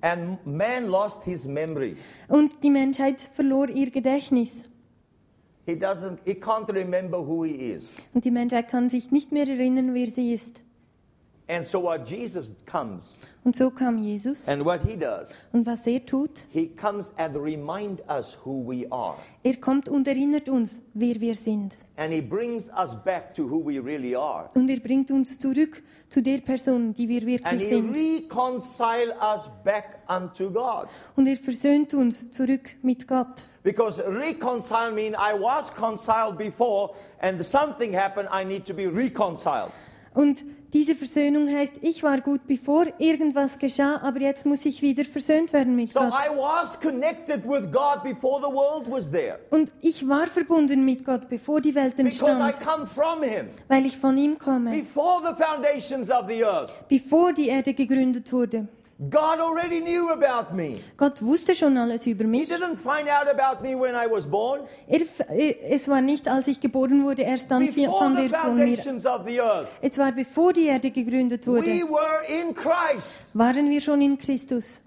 and man lost his memory. Und die Menschheit verlor ihr Gedächtnis. He doesn't. He can't remember who he is. Und die Menschheit kann sich nicht mehr erinnern, wer sie ist. And so, what Jesus comes Und so kam Jesus. and what he does, Und was er tut, he comes and remind us who we are, er kommt und erinnert uns, wer wir sind. and he brings us back to who we really are, Und er bringt uns zurück zu der Person, die wir and wirklich he sind. reconciles us back unto God. Und er versöhnt uns zurück mit Gott. Because reconcile means I was reconciled before, and something happened. I need to be reconciled. Und diese Versöhnung heißt, ich war gut bevor irgendwas geschah, aber jetzt muss ich wieder versöhnt werden mit So Gott. I was connected with God before the world was there. Und ich war verbunden mit Gott, bevor die Welt Because I entstand, come from Him. weil ich von ihm komme, Before the foundations of the earth, bevor die Erde gegründet wurde. God already knew about me. Gott wusste schon alles über He mich. didn't find out about me when I was born. Er, äh, es war nicht, als ich geboren wurde, erst dann fi- Before fand the er von mir. foundations of the earth, Es war bevor die Erde gegründet we wurde, were in Christ. waren wir schon in Christus.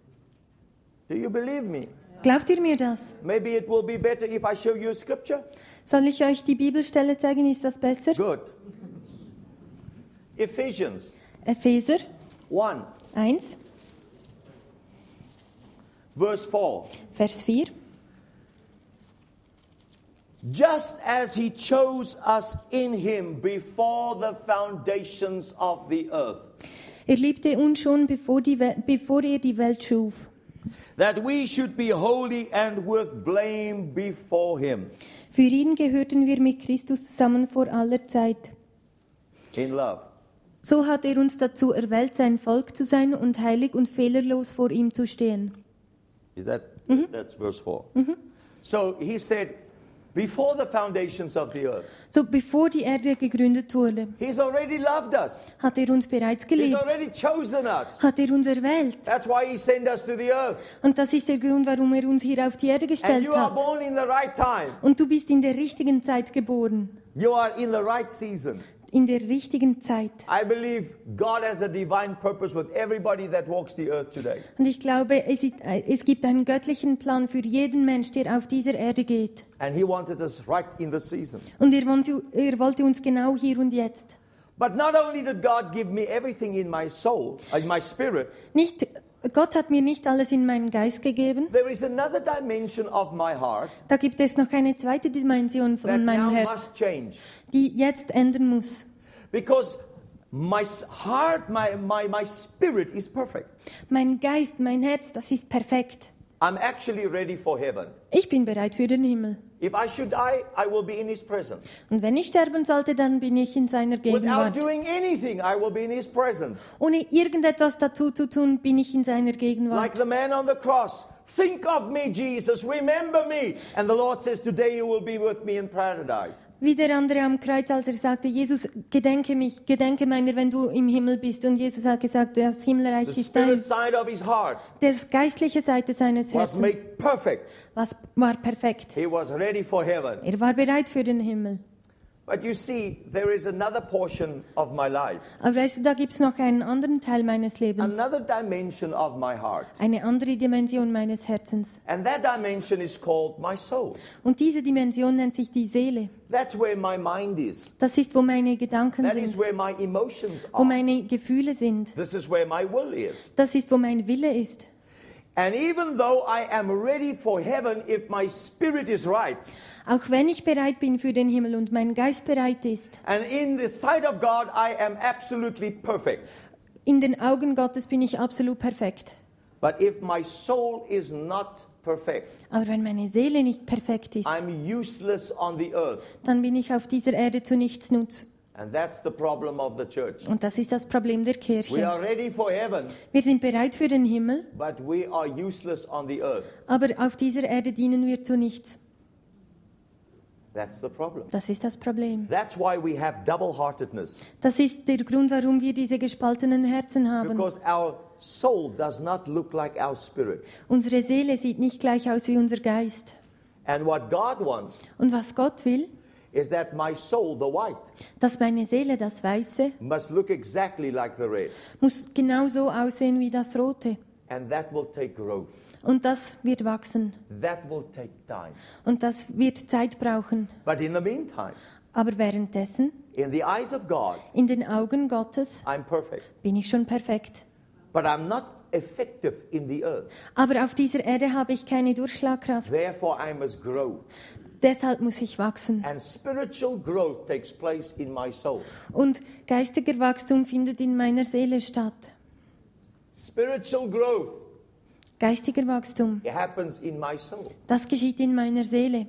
Do you believe me? Glaubt ihr mir das? Maybe it will be better if I show you a scripture. Soll ich euch die Bibelstelle zeigen? Ist das besser? Good. Ephesians Epheser 1, 1, verse 4. Vers 4. Just as he chose us in him before the foundations of the earth, Er liebte uns schon, bevor, die We bevor er die Welt schuf, that we should be holy and with blame before him Für ihn gehörten wir mit Christus zusammen vor aller Zeit. in love. So hat er uns dazu erwählt, sein Volk zu sein und heilig und fehlerlos vor ihm zu stehen. Is that that's verse 4. So he said before the foundations of the earth. So bevor die Erde gegründet wurde, He's already loved us. hat er uns bereits He's geliebt, already chosen us. hat er uns erwählt. That's why he sent us to the earth. Und das ist der Grund, warum er uns hier auf die Erde And gestellt you are hat. born in the right time. Und du bist in der richtigen Zeit geboren, You are in the right season. in der richtigen Zeit. I believe God has a divine purpose with everybody that walks the earth today. Und ich glaube, es, ist, äh, es gibt einen göttlichen Plan für jeden Mensch, der auf dieser Erde geht. And He wanted us right in the season. Und er wollte, er wollte uns genau hier und jetzt. But not only did God give me everything in my soul, in my spirit, Nicht, Gott hat mir nicht alles in meinen Geist gegeben. there is another dimension of my heart Da gibt es noch eine zweite Dimension that von now meinem Herz, must change. die jetzt ändern muss. Because my s- heart, my, my, my spirit is perfect. Mein Geist, mein Herz, das ist perfekt. I'm actually ready for heaven. Ich bin bereit für den Himmel. If I should die, I will be in His presence. Und wenn ich sterben sollte, dann bin ich in seiner Without Gegenwart. doing anything, I will be in His presence. Ohne irgendetwas dazu zu tun, bin ich in seiner Like Gegenwart. the man on the cross. Think of me, Jesus. Remember me. And the Lord says, Today you will be with me in paradise. Wie der andere am Kreuz, als er sagte, Jesus, gedenke mich, gedenke meiner, wenn du im Himmel bist. Und Jesus hat gesagt, das Himmelreich The ist dein. spirit side of his heart Das geistliche Seite seines was Herzens made perfect. was war perfekt. He was ready for heaven. Er war bereit für den Himmel. But you see, there is another portion of my life, Aber weißt du, da gibt es noch einen anderen Teil meines Lebens, another dimension of my heart. eine andere Dimension meines Herzens. And that dimension is called my soul. Und diese Dimension nennt sich die Seele. That's where my mind is. Das ist, wo meine Gedanken That is sind, where my emotions wo are. meine Gefühle sind. This is where my will is. Das ist, wo mein Wille ist. And even though I am ready for heaven, if my spirit is right, Auch wenn ich bereit bin für den Himmel und mein Geist bereit ist, and in the sight of God, I am absolutely perfect. In den Augen Gottes bin ich absolut perfekt. But if my soul is not perfect, Aber wenn meine Seele nicht perfekt ist, I'm useless on the earth. dann bin ich auf dieser Erde zu nichts nutz. And that's the problem of the church. Und das ist das Problem der We Kirche. are ready for heaven, Wir sind bereit für den Himmel, but we are useless on the earth. aber auf dieser Erde dienen wir zu nichts. That's the problem. Das ist das Problem. That's why we have double heartedness, Das ist der Grund, warum wir diese gespaltenen Herzen haben. because our soul does not look like our spirit. Unsere Seele sieht nicht gleich aus wie unser Geist. And what God wants Und was Gott will, is that my soul, the white, dass meine Seele, das Weiße, must look exactly like the red. muss genauso aussehen wie das Rote. And that will take growth, Und das wird wachsen. that will take time. Und das wird Zeit brauchen. But in the meantime, Aber währenddessen, in the eyes of God, in den Augen Gottes, I'm perfect, bin ich schon perfekt. but I'm not effective in the earth. Aber auf dieser Erde habe ich keine Durchschlagkraft. Therefore, I must grow. Deshalb muss ich wachsen. And spiritual growth takes place in my soul. Und geistiger Wachstum findet in meiner Seele statt. Spiritual growth Geistiger Wachstum, happens in my soul. das geschieht in meiner Seele.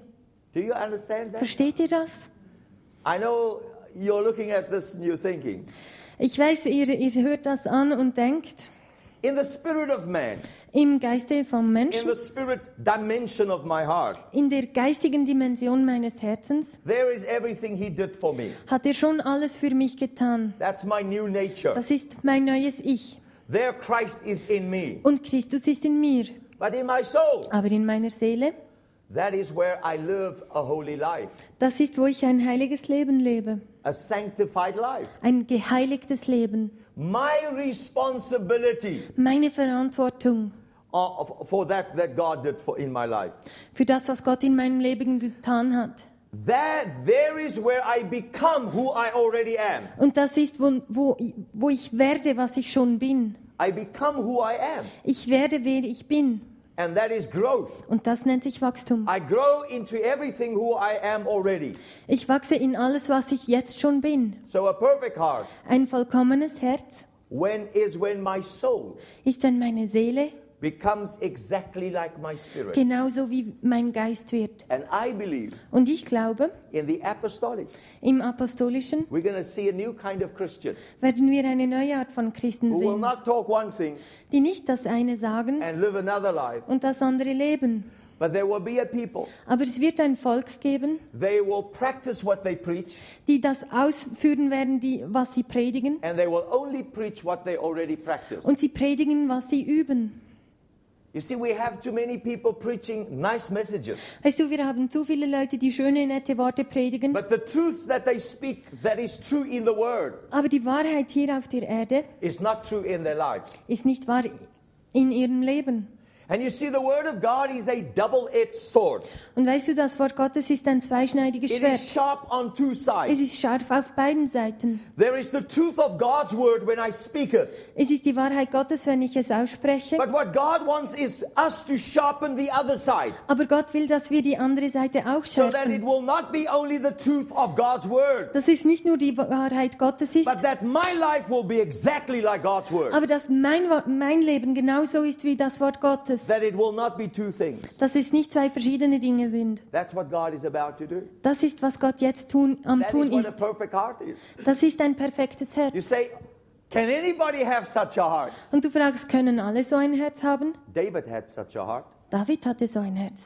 Do you understand that? Versteht ihr das? I know you're looking at this and you're thinking, Ich weiß, ihr, ihr hört das an und denkt, in the spirit of man, im Geiste vom in Menschen, the spirit dimension of my heart, in der geistigen Dimension meines Herzens, there is everything he did for me. hat er schon alles für mich getan. That's my new nature. Das ist mein neues Ich. There Christ is in me. Und Christus ist in mir. But in my soul, Aber in meiner Seele, that is where I live a holy life, das ist, wo ich ein heiliges Leben lebe. a sanctified life. Ein geheiligtes Leben. My responsibility Meine Verantwortung uh, f- for that that God did for in my life. für das, was Gott in meinem Leben getan hat. That there is where I become who I already am. Und das ist, wo, wo, wo ich werde, was ich schon bin. I become who I am, Ich werde, wer ich bin. and that is growth. Und das nennt sich Wachstum. I grow into everything who I am already. Ich wachse in alles, was ich jetzt schon bin. So a perfect heart Ein vollkommenes Herz when is when my soul ist, wenn meine Seele becomes exactly like my spirit. genauso wie mein Geist wird. And I believe Und ich glaube, in the apostolic, im Apostolischen we're going to see a new kind of Christian werden wir eine neue Art von Christen who will sehen, not talk one thing die nicht das eine sagen and live another life, und das andere leben. but there will be a people. Aber es wird ein Volk geben, They will practice what they preach, die das ausführen werden, die, was sie predigen. and they will only preach what they already practice. Und sie predigen, was sie üben. You see, we have too many people preaching nice messages, Weißt du, wir haben zu viele Leute, die schöne, nette Worte predigen. but the truth that they speak that is true in the Word Aber die Wahrheit hier auf der Erde is not true in their lives. ist nicht wahr in ihrem Leben. And you see, the Word of God is a double edged sword, Und weißt du, das Wort Gottes ist ein zweischneidiges it is Schwert. sharp on two Es sides. ist scharf auf beiden Seiten. There is the truth of God's Word when I speak it, Es ist die Wahrheit Gottes, wenn ich es ausspreche. but what God wants is us to sharpen the other side. Aber Gott will, dass wir die andere Seite auch So that it schärfen. will not be only the truth of God's word, Dass es nicht nur die Wahrheit Gottes ist, but that my life will be exactly like God's word. aber dass mein, Wa- mein Leben genauso ist wie das Wort Gottes. that it will not be two things. Dass es nicht zwei verschiedene Dinge sind. That's what God is about to do. Das ist, was Gott jetzt tun, am That is Tun what a ist. perfect heart is. Das ist ein perfektes You Herz. say, can anybody have such a heart? Und du fragst, können alle so ein Herz haben? David had such a heart. David hatte so ein Herz.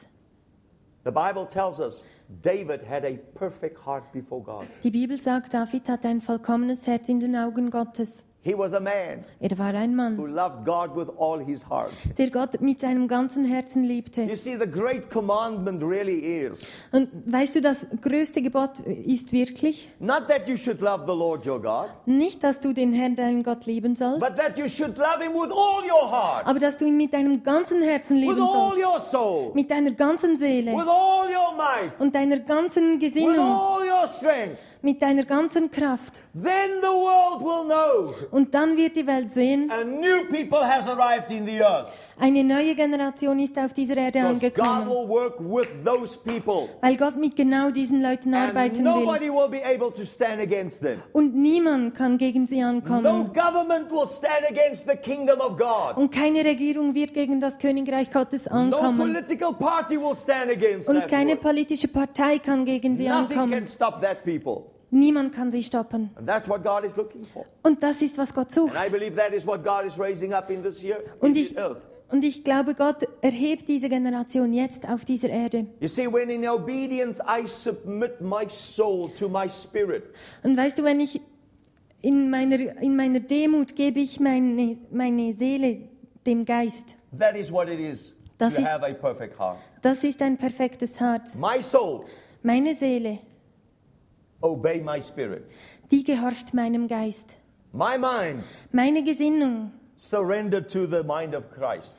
The Bible tells us David had a perfect heart before God. Die Bibel sagt, David hatte ein vollkommenes Herz in den Augen Gottes. He was a man Er war ein Mann, who loved God with all his heart. der Gott mit seinem ganzen Herzen liebte. You see, the great commandment really is Und weißt du, das größte Gebot ist wirklich not that you should love the Lord your God, nicht, dass du den Herrn, deinen Gott, lieben sollst, but that you should love him with all your heart, aber dass du ihn mit deinem ganzen Herzen with lieben all sollst, your soul, mit deiner ganzen Seele with all your might, und deiner ganzen with Gesinnung all your your strength, mit deiner ganzen Kraft. then the world will know Und dann wird die Welt sehen, a new people has arrived in the earth. eine neue Generation ist auf dieser Erde Because God angekommen, will work with those people. weil Gott mit genau diesen Leuten And arbeiten will. nobody will be able to stand against them. Und niemand kann gegen sie No ankommen. government will stand against the kingdom of God. Und keine Regierung wird gegen das Königreich Gottes No ankommen. political party will stand against Und that. keine work. politische Partei kann gegen sie Nothing can ankommen. stop that people. Niemand kann sie stoppen. And that's what God is looking for. Und das ist, was Gott And I sucht. believe that is what God is raising up in this year, in Und this ich, earth. und ich glaube, Gott erhebt diese Generation jetzt auf dieser Erde. You see, when in obedience I submit my soul to my spirit, Und weißt du, wenn ich in meiner, in meiner Demut gebe ich meine, meine Seele dem Geist. that is what it is Das to ist- have a perfect heart. Das ist ein perfektes Herz. My soul, Meine Seele, obey my spirit. die gehorcht meinem Geist. My mind, Meine Gesinnung, surrender to the mind of Christ.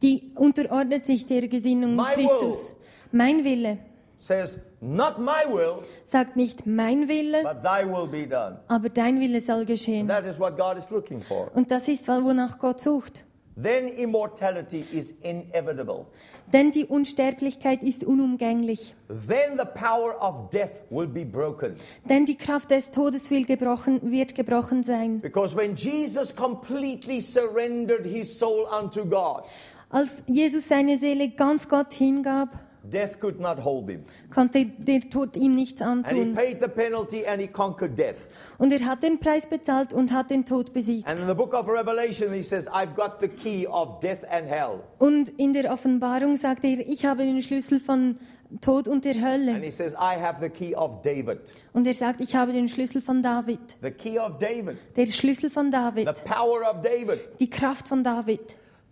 die unterordnet sich der Gesinnung My Christus. Mein Wille Says, not my will, sagt nicht mein Wille, but thy will be done. aber dein Wille soll geschehen. That is what God is looking for. Und das ist, wonach Gott sucht. Then immortality is inevitable. Denn die Unsterblichkeit ist unumgänglich. Then the power of death will be broken. Denn die Kraft des Todes will gebrochen, wird gebrochen sein. Because when Jesus completely surrendered his soul unto God, Als Jesus seine Seele ganz Gott hingab, death could not hold him. konnte der Tod ihm nichts And he antun. paid the penalty and he conquered death. Und er hat den Preis bezahlt und hat den Tod And besiegt. in the book of Revelation, he says, I've got the key of death and hell. Und in der Offenbarung sagt er, ich habe den Schlüssel von Tod und der And Hölle. he says, I have the key of David. Und er sagt, ich habe den Schlüssel von David. The key of David. Der Schlüssel von The David. power of David. Die Kraft von David.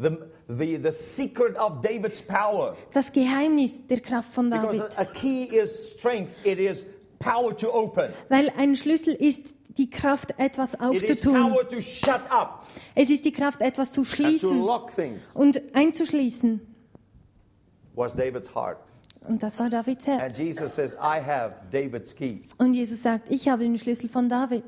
The, the, the secret of David's power. Das Geheimnis der Kraft von Because David. a, a key is strength, it is power to open, Weil ein Schlüssel ist die Kraft, etwas uh, it is aufzutun. power to shut up Es ist die Kraft, etwas zu and to schließen lock things. und einzuschließen. Was David's heart. Und das war Davids And Herz. Jesus says, I have David's key. Und Jesus sagt, ich habe den Schlüssel von David.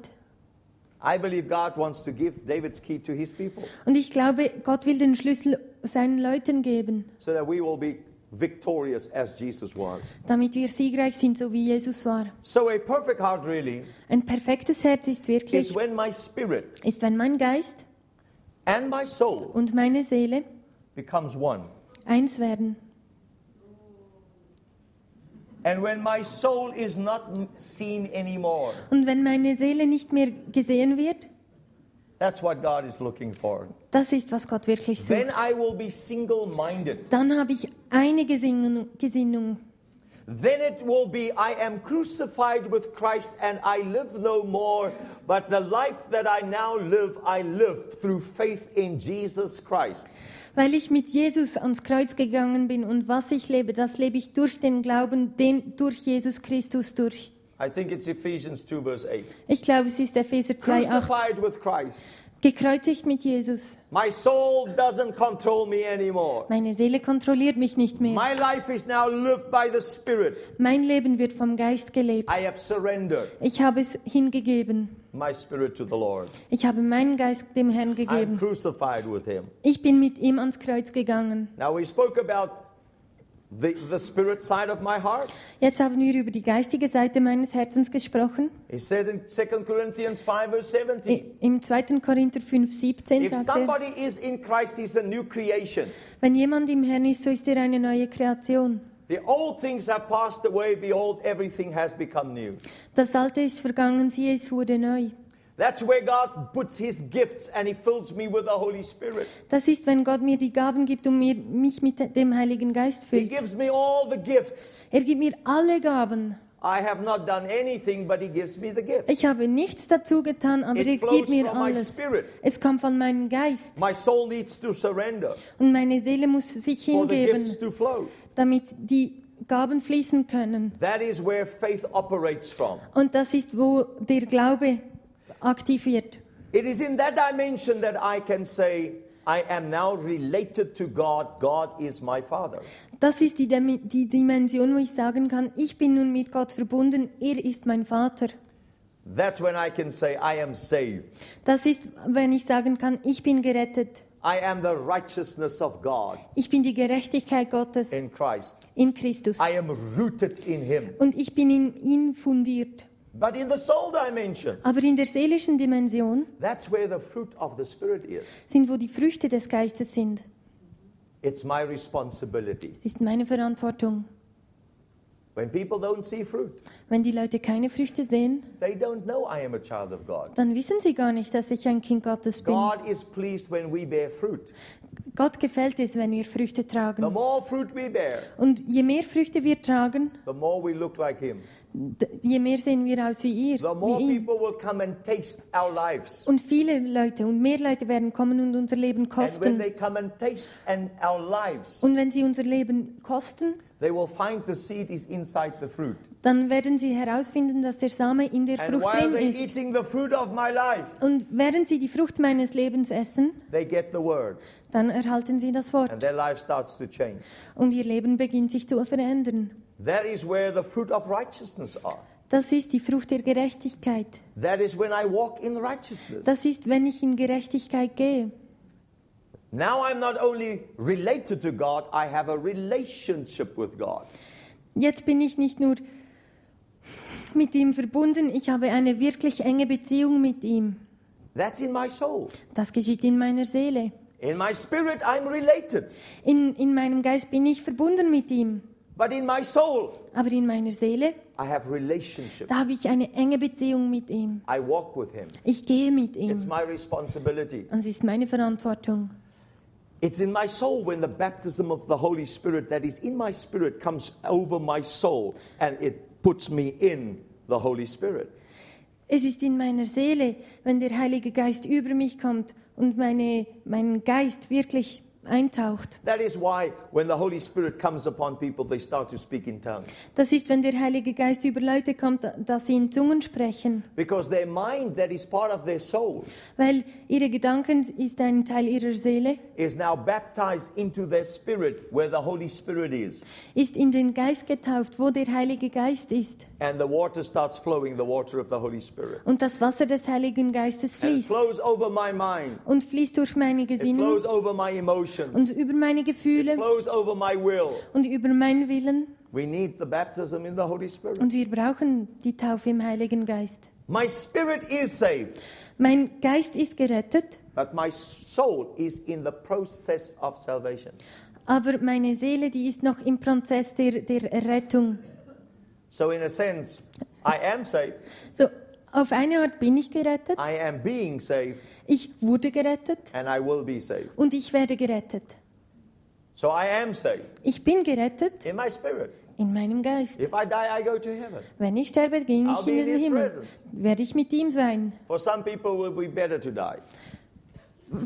I believe God wants to give David's key to his people Und ich glaube, Gott will den Schlüssel seinen Leuten geben, so that we will be victorious as Jesus was. damit wir siegreich sind, so wie Jesus war. So, a perfect heart really Ein perfektes Herz ist is wirklich, when my spirit ist, wenn mein Geist and my soul und meine Seele becomes one. eins werden. And when my soul is not m- seen anymore, Und wenn meine Seele nicht mehr gesehen wird, that's what God is looking for. das ist, was Gott wirklich sucht. Then I will be single minded. Dann habe ich eine Gesinnung. Gesinnung. Then it will be I am crucified with Christ and I live no more, but the life that I now live, I live through faith in Jesus Christ. Weil ich mit Jesus ans Kreuz gegangen bin und was ich lebe, das lebe ich durch den Glauben, den durch Jesus Christus durch. I think it's Ephesians 2, verse 8. Ich glaube, es ist Epheser 2,8. Crucified with Christ. Gekreuzigt mit Jesus. My soul doesn't control me anymore. Meine Seele kontrolliert mich nicht mehr. My life is now lived by the Spirit. Mein Leben wird vom Geist gelebt. I have surrendered Ich habe es hingegeben. my spirit to the Lord. Ich habe meinen Geist dem Herrn I'm gegeben. crucified with Him. Ich bin mit ihm ans Kreuz gegangen. Now, we spoke about the, the spirit side of my heart. Jetzt haben wir über die geistige Seite meines Herzens gesprochen. He said in 2 Corinthians 5, verse 17. I- Im 2. Korinther 5, 17 If sagt er, somebody is in Christ, he's a new creation. wenn jemand im Herrn ist, so ist er eine neue Kreation. The old things have passed away, behold, everything has become new. Das Alte ist vergangen, siehe, es wurde neu. That's where God puts his gifts and he fills me with the Holy Spirit. Das ist, wenn Gott mir die Gaben gibt und mir, mich mit dem Heiligen Geist He füllt. gives me all the gifts. Er gibt mir alle Gaben. I have not done anything, but he gives me the gifts. Ich habe nichts dazu getan, aber er It gibt flows mir from my alles. spirit. Es kommt von meinem Geist My soul needs to surrender und meine Seele muss sich for the gifts hingeben, to flow. damit die Gaben fließen können. That is where faith operates from. Und das ist, wo der Glaube aktiv wird. It is in that dimension that I can say, I am now related to God. God is my Father. Das ist die, Demi- die Dimension, wo ich sagen kann, ich bin nun mit Gott verbunden, er ist mein Vater. That's when I can say, I am saved. Das ist, wenn ich sagen kann, ich bin gerettet. I am the righteousness of God Ich bin die Gerechtigkeit Gottes in Christ. in Christus. I am rooted in Him. Und ich bin in ihn fundiert. But in the soul dimension, Aber in der seelischen Dimension that's where the fruit of the Spirit is. sind, wo die Früchte des Geistes sind. It's my responsibility. Das ist meine Verantwortung. When people don't see fruit, Wenn die Leute keine Früchte sehen, they don't know I am a child of God. dann wissen sie gar nicht, dass ich ein Kind Gottes bin. God is pleased when we bear fruit. Gott gefällt es, wenn wir Früchte The tragen. more fruit we bear, Und je mehr Früchte wir tragen, the more we look like Him. d- je mehr sehen wir aus wie ihr, The more wie ihn. people will come and taste our lives. Und viele Leute und mehr Leute werden kommen und unser Leben And when kosten. they come and taste and our lives, Und wenn sie unser Leben kosten, they will find the seed is inside the fruit. dann werden sie herausfinden, dass der Same in der And Frucht while drin they're ist. eating the fruit of my life, Und während sie die Frucht meines Lebens essen, they get the word dann erhalten sie das and Wort their life starts to change. und ihr Leben beginnt sich zu verändern. That is where the fruit of righteousness are. Das ist die Frucht der Gerechtigkeit. That is when I walk in righteousness. Das ist, wenn ich in Gerechtigkeit gehe. Now I'm not only related to God, I have a relationship with God. Jetzt bin ich nicht nur mit ihm verbunden, ich habe eine wirklich enge Beziehung mit ihm. That's in my soul. Das geschieht in meiner Seele. In my spirit, I'm related. In, in meinem Geist bin ich verbunden mit ihm. But in my soul, Aber in meiner Seele, I have relationship. da habe ich eine enge Beziehung mit ihm. I walk with Him. Ich gehe mit It's ihm. my responsibility. Und es ist meine Verantwortung. It's in my soul when the baptism of the Holy Spirit that is in my spirit comes over my soul and it puts me in the Holy Spirit. Es ist in meiner Seele, wenn der Heilige Geist über mich kommt und meine, meinen Geist wirklich eintaucht. That is why when the Holy Spirit comes upon people, they start to speak in tongues. Das ist, wenn der Heilige Geist über Leute kommt, dass sie in Zungen sprechen, Because their mind, that is part of their soul, weil ihre Gedanken ist ein Teil ihrer Seele, is now baptized into their spirit where the Holy Spirit is. ist in den Geist getauft, wo der Heilige Geist ist. And the water starts flowing, the water of the Holy Spirit. Und das Wasser des Heiligen Geistes And it fließt flows over my mind. und fließt durch meine It Gesinnung flows over my emotions. und über meine It Gefühle flows over my will. und über meinen Willen. We need the baptism in the Holy Spirit. Und wir brauchen die Taufe im Heiligen Geist. My spirit is saved, Mein Geist ist gerettet, but my soul is in the process of salvation. aber meine Seele, die ist noch im Prozess der, der Errettung. So, in a sense, I am saved. So, auf eine Art bin ich gerettet, I am being saved, ich wurde gerettet and I will be saved. und ich werde gerettet. So, I am saved Ich bin gerettet in my spirit. in meinem Geist. If I die, I go to heaven. Wenn ich sterbe, gehe I'll ich be in in den his Himmel. presence. Werde ich mit ihm sein. For some people, it would be better to die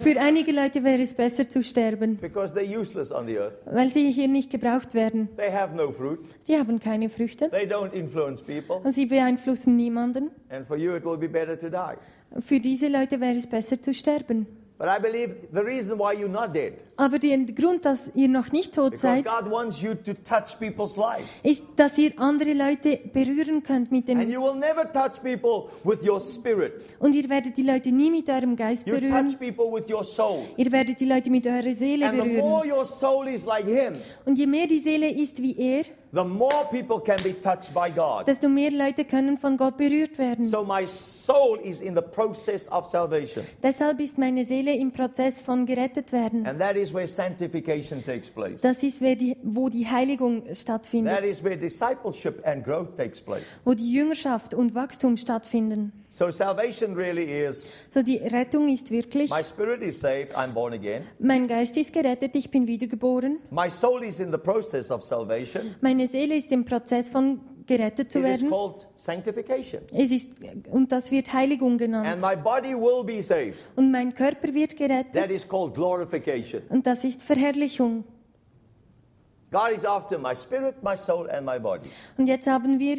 Für einige Leute wäre es besser zu sterben, because they're useless on the earth. weil sie hier nicht gebraucht werden. They have no fruit. Sie haben keine Früchte They don't influence people. und sie beeinflussen niemanden. And for you, it will be better to die. Für diese Leute wäre es besser zu sterben. But I believe the reason why you're not dead, Aber der Grund, dass ihr noch nicht tot because seid, God wants you to touch people's lives. ist, dass ihr andere Leute berühren könnt mit And dem you will never touch people with your spirit. und ihr werdet die Leute nie mit eurem Geist You berühren. touch people with your soul. Ihr werdet die Leute mit eurer Seele And the more berühren. your soul is like Him, Und je mehr die Seele ist wie er, the more people can be touched by God. desto mehr Leute können von Gott berührt werden. So my soul is in the process of salvation. Deshalb ist meine Seele im Prozess von gerettet werden. And that is where sanctification takes place. Das ist, wer die, wo die Heiligung That stattfindet, is where discipleship and growth takes place. wo die Jüngerschaft und Wachstum stattfinden. So salvation really is So die Rettung ist wirklich, my spirit is saved, I'm born again. mein Geist ist gerettet, ich bin wiedergeboren. My soul is in the process of salvation. Meine Seele ist im Prozess von gerettet zu It is werden. called sanctification. Es ist und das wird Heiligung And genannt my body will be saved. und mein Körper That wird gerettet is called glorification. und das ist Verherrlichung. God is after my spirit, my soul, and my body. Und jetzt haben wir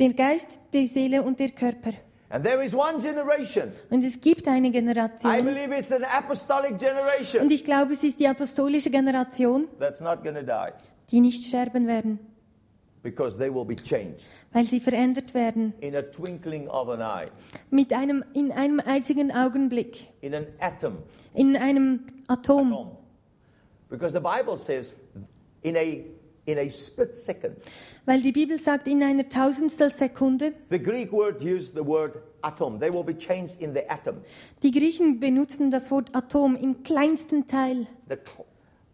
den Geist, die Seele und der Körper. And there is one generation. Und es gibt eine I Generation, believe it's an apostolic generation und ich glaube, es ist die apostolische Generation, that's not going to die die nicht sterben werden, because they will be changed weil sie verändert werden. in a twinkling of an eye, Mit einem, in einem einzigen Augenblick, in an atom. in einem Atom. atom. Because the Bible says in a in a split second. Weil die Bibel sagt, in einer Tausendstel Sekunde, The Greek word used the word atom. They will be changed in the atom. die Griechen benutzen das Wort Atom im kleinsten Teil, The cl-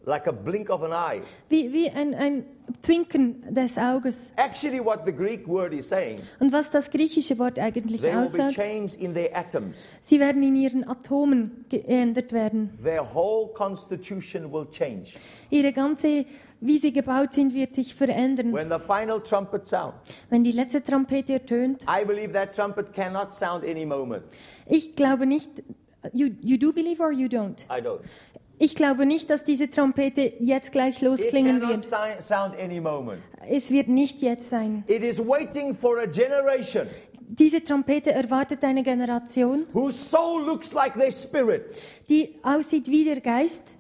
like a blink of an eye. wie, wie ein, ein Zwinken des Auges. Actually what the Greek word is saying, Und was das griechische Wort eigentlich they will be aussagt, changed in their atoms. sie werden in ihren Atomen geändert werden. Their whole constitution will change. Ihre ganze, wie sie gebaut sind, wird sich verändern. When the final trumpet sounds, Wenn die letzte Trompete ertönt, I believe that trumpet cannot sound any moment. ich glaube nicht, you, you do believe or you don't. I don't. Ich glaube nicht, dass diese Trompete jetzt It gleich losklingen cannot wird. si- sound any moment. Es wird nicht jetzt sein. It is waiting for a generation Diese Trompete erwartet eine Generation, whose soul looks like their spirit. die aussieht wie der Geist.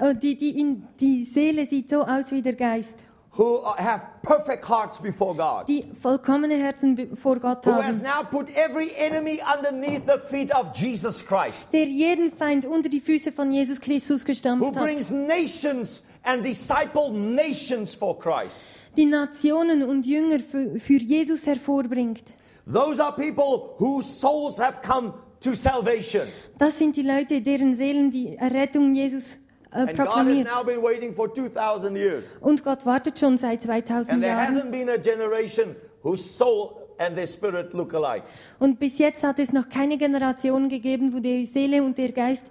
Oh, Die, die, in, die Seele sieht so aus wie der Geist, who are- have perfect hearts before God, die vollkommene Herzen be- vor Gott who has haben, now put every enemy underneath the feet of Jesus Christ, der jeden Feind unter die Füße von Jesus Christus who gestampft hat, brings nations and disciple nations for Christ. die Nationen und Jünger für, für Jesus hervorbringt. Those are people whose souls have come to salvation. Das sind die Leute, deren Seelen die Errettung Jesus äh, And God has proklamiert. now been waiting for 2,000 years. Und Gott wartet schon seit And 2000 there Jahren. hasn't been a generation whose soul and their spirit look alike. Und bis jetzt hat es noch keine Generation gegeben, wo die Seele und der Geist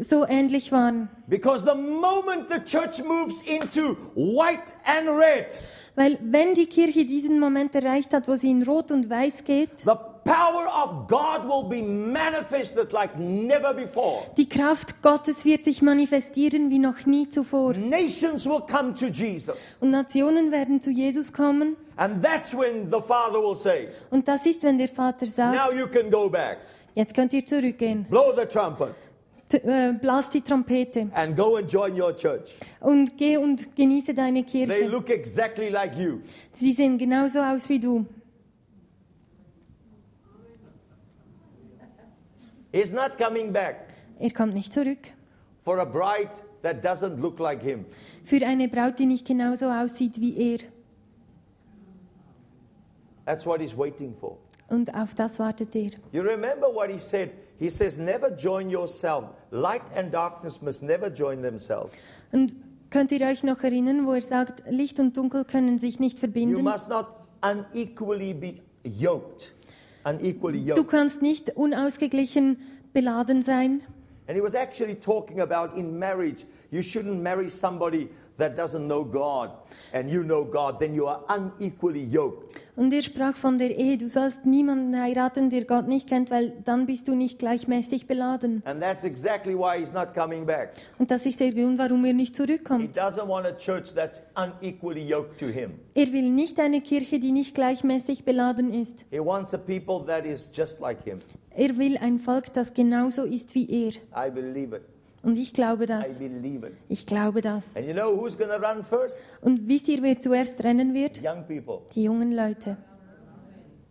so ähnlich waren. Because the moment the church moves into white and red, Weil wenn die Kirche diesen Moment erreicht hat, wo sie in Rot und Weiß geht, The power of God will be manifested like never before. die Kraft Gottes wird sich manifestieren wie noch nie zuvor. Nations will come to Jesus. Und Nationen werden zu Jesus kommen. And that's when the Father will say, Und das ist, wenn der Vater sagt, Now you can go back, jetzt könnt ihr zurückgehen, blow the trumpet, T äh, blas die Trompete and go and join your church. und geh und genieße deine They Kirche. look exactly like you. Sie sehen genauso aus wie du. He's not coming back Er kommt nicht zurück. for a bride that doesn't look like him. Für eine Braut, die nicht genauso aussieht wie er. That's what he's waiting for. Und auf das wartet er. You remember what he said? He says, Never join yourself. Light and darkness must never join themselves. Und könnt ihr euch noch erinnern, wo er sagt, Licht und Dunkel können sich nicht You verbinden? must not unequally be yoked. Unequally Du yoked. kannst nicht unausgeglichen beladen sein. And he was actually talking about in marriage, you shouldn't marry somebody that doesn't know God and you know God, then you are unequally yoked. Und er sprach von der Ehe, du sollst niemanden heiraten, der Gott nicht kennt, weil dann bist du nicht gleichmäßig beladen. And that's exactly why he's not coming back. Und das ist der Grund, warum er nicht He zurückkommt. doesn't want a church that's unequally yoked to him. Er will nicht eine Kirche, die nicht gleichmäßig beladen ist. He wants a people that is just like him. Er will ein Volk, das genauso ist wie er. I believe it. Und ich glaube I das. believe it. Ich glaube das. And you know who's going to run first? Und wisst ihr, wer zuerst rennen wird? Young people. Die jungen Leute.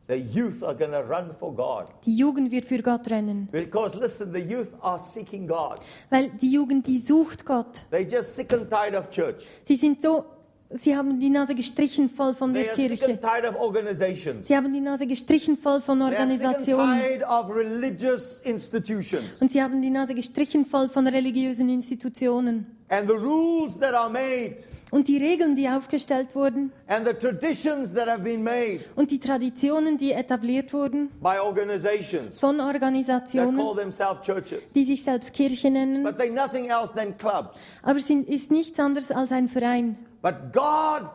The youth are going to run for God. Die Jugend wird für Gott rennen. Because listen, the youth are seeking God. Weil die Jugend, die sucht Gott. They're just sick and tired of church. Sie sind so, sie haben die Nase gestrichen voll von They der are sick and Kirche. tired of organizations. Sie haben die Nase gestrichen voll von They are sick and Organisationen. tired of religious institutions Und sie haben die Nase gestrichen voll von religiösen Institutionen. and the rules that are made Und die Regeln, die aufgestellt wurden. and the traditions that have been made Und die Traditionen, die etabliert wurden by organizations von that call Organisationen, themselves churches. die sich selbst Kirche nennen. But they're nothing else than clubs. Aber es sind- ist nichts anderes als ein Verein. But God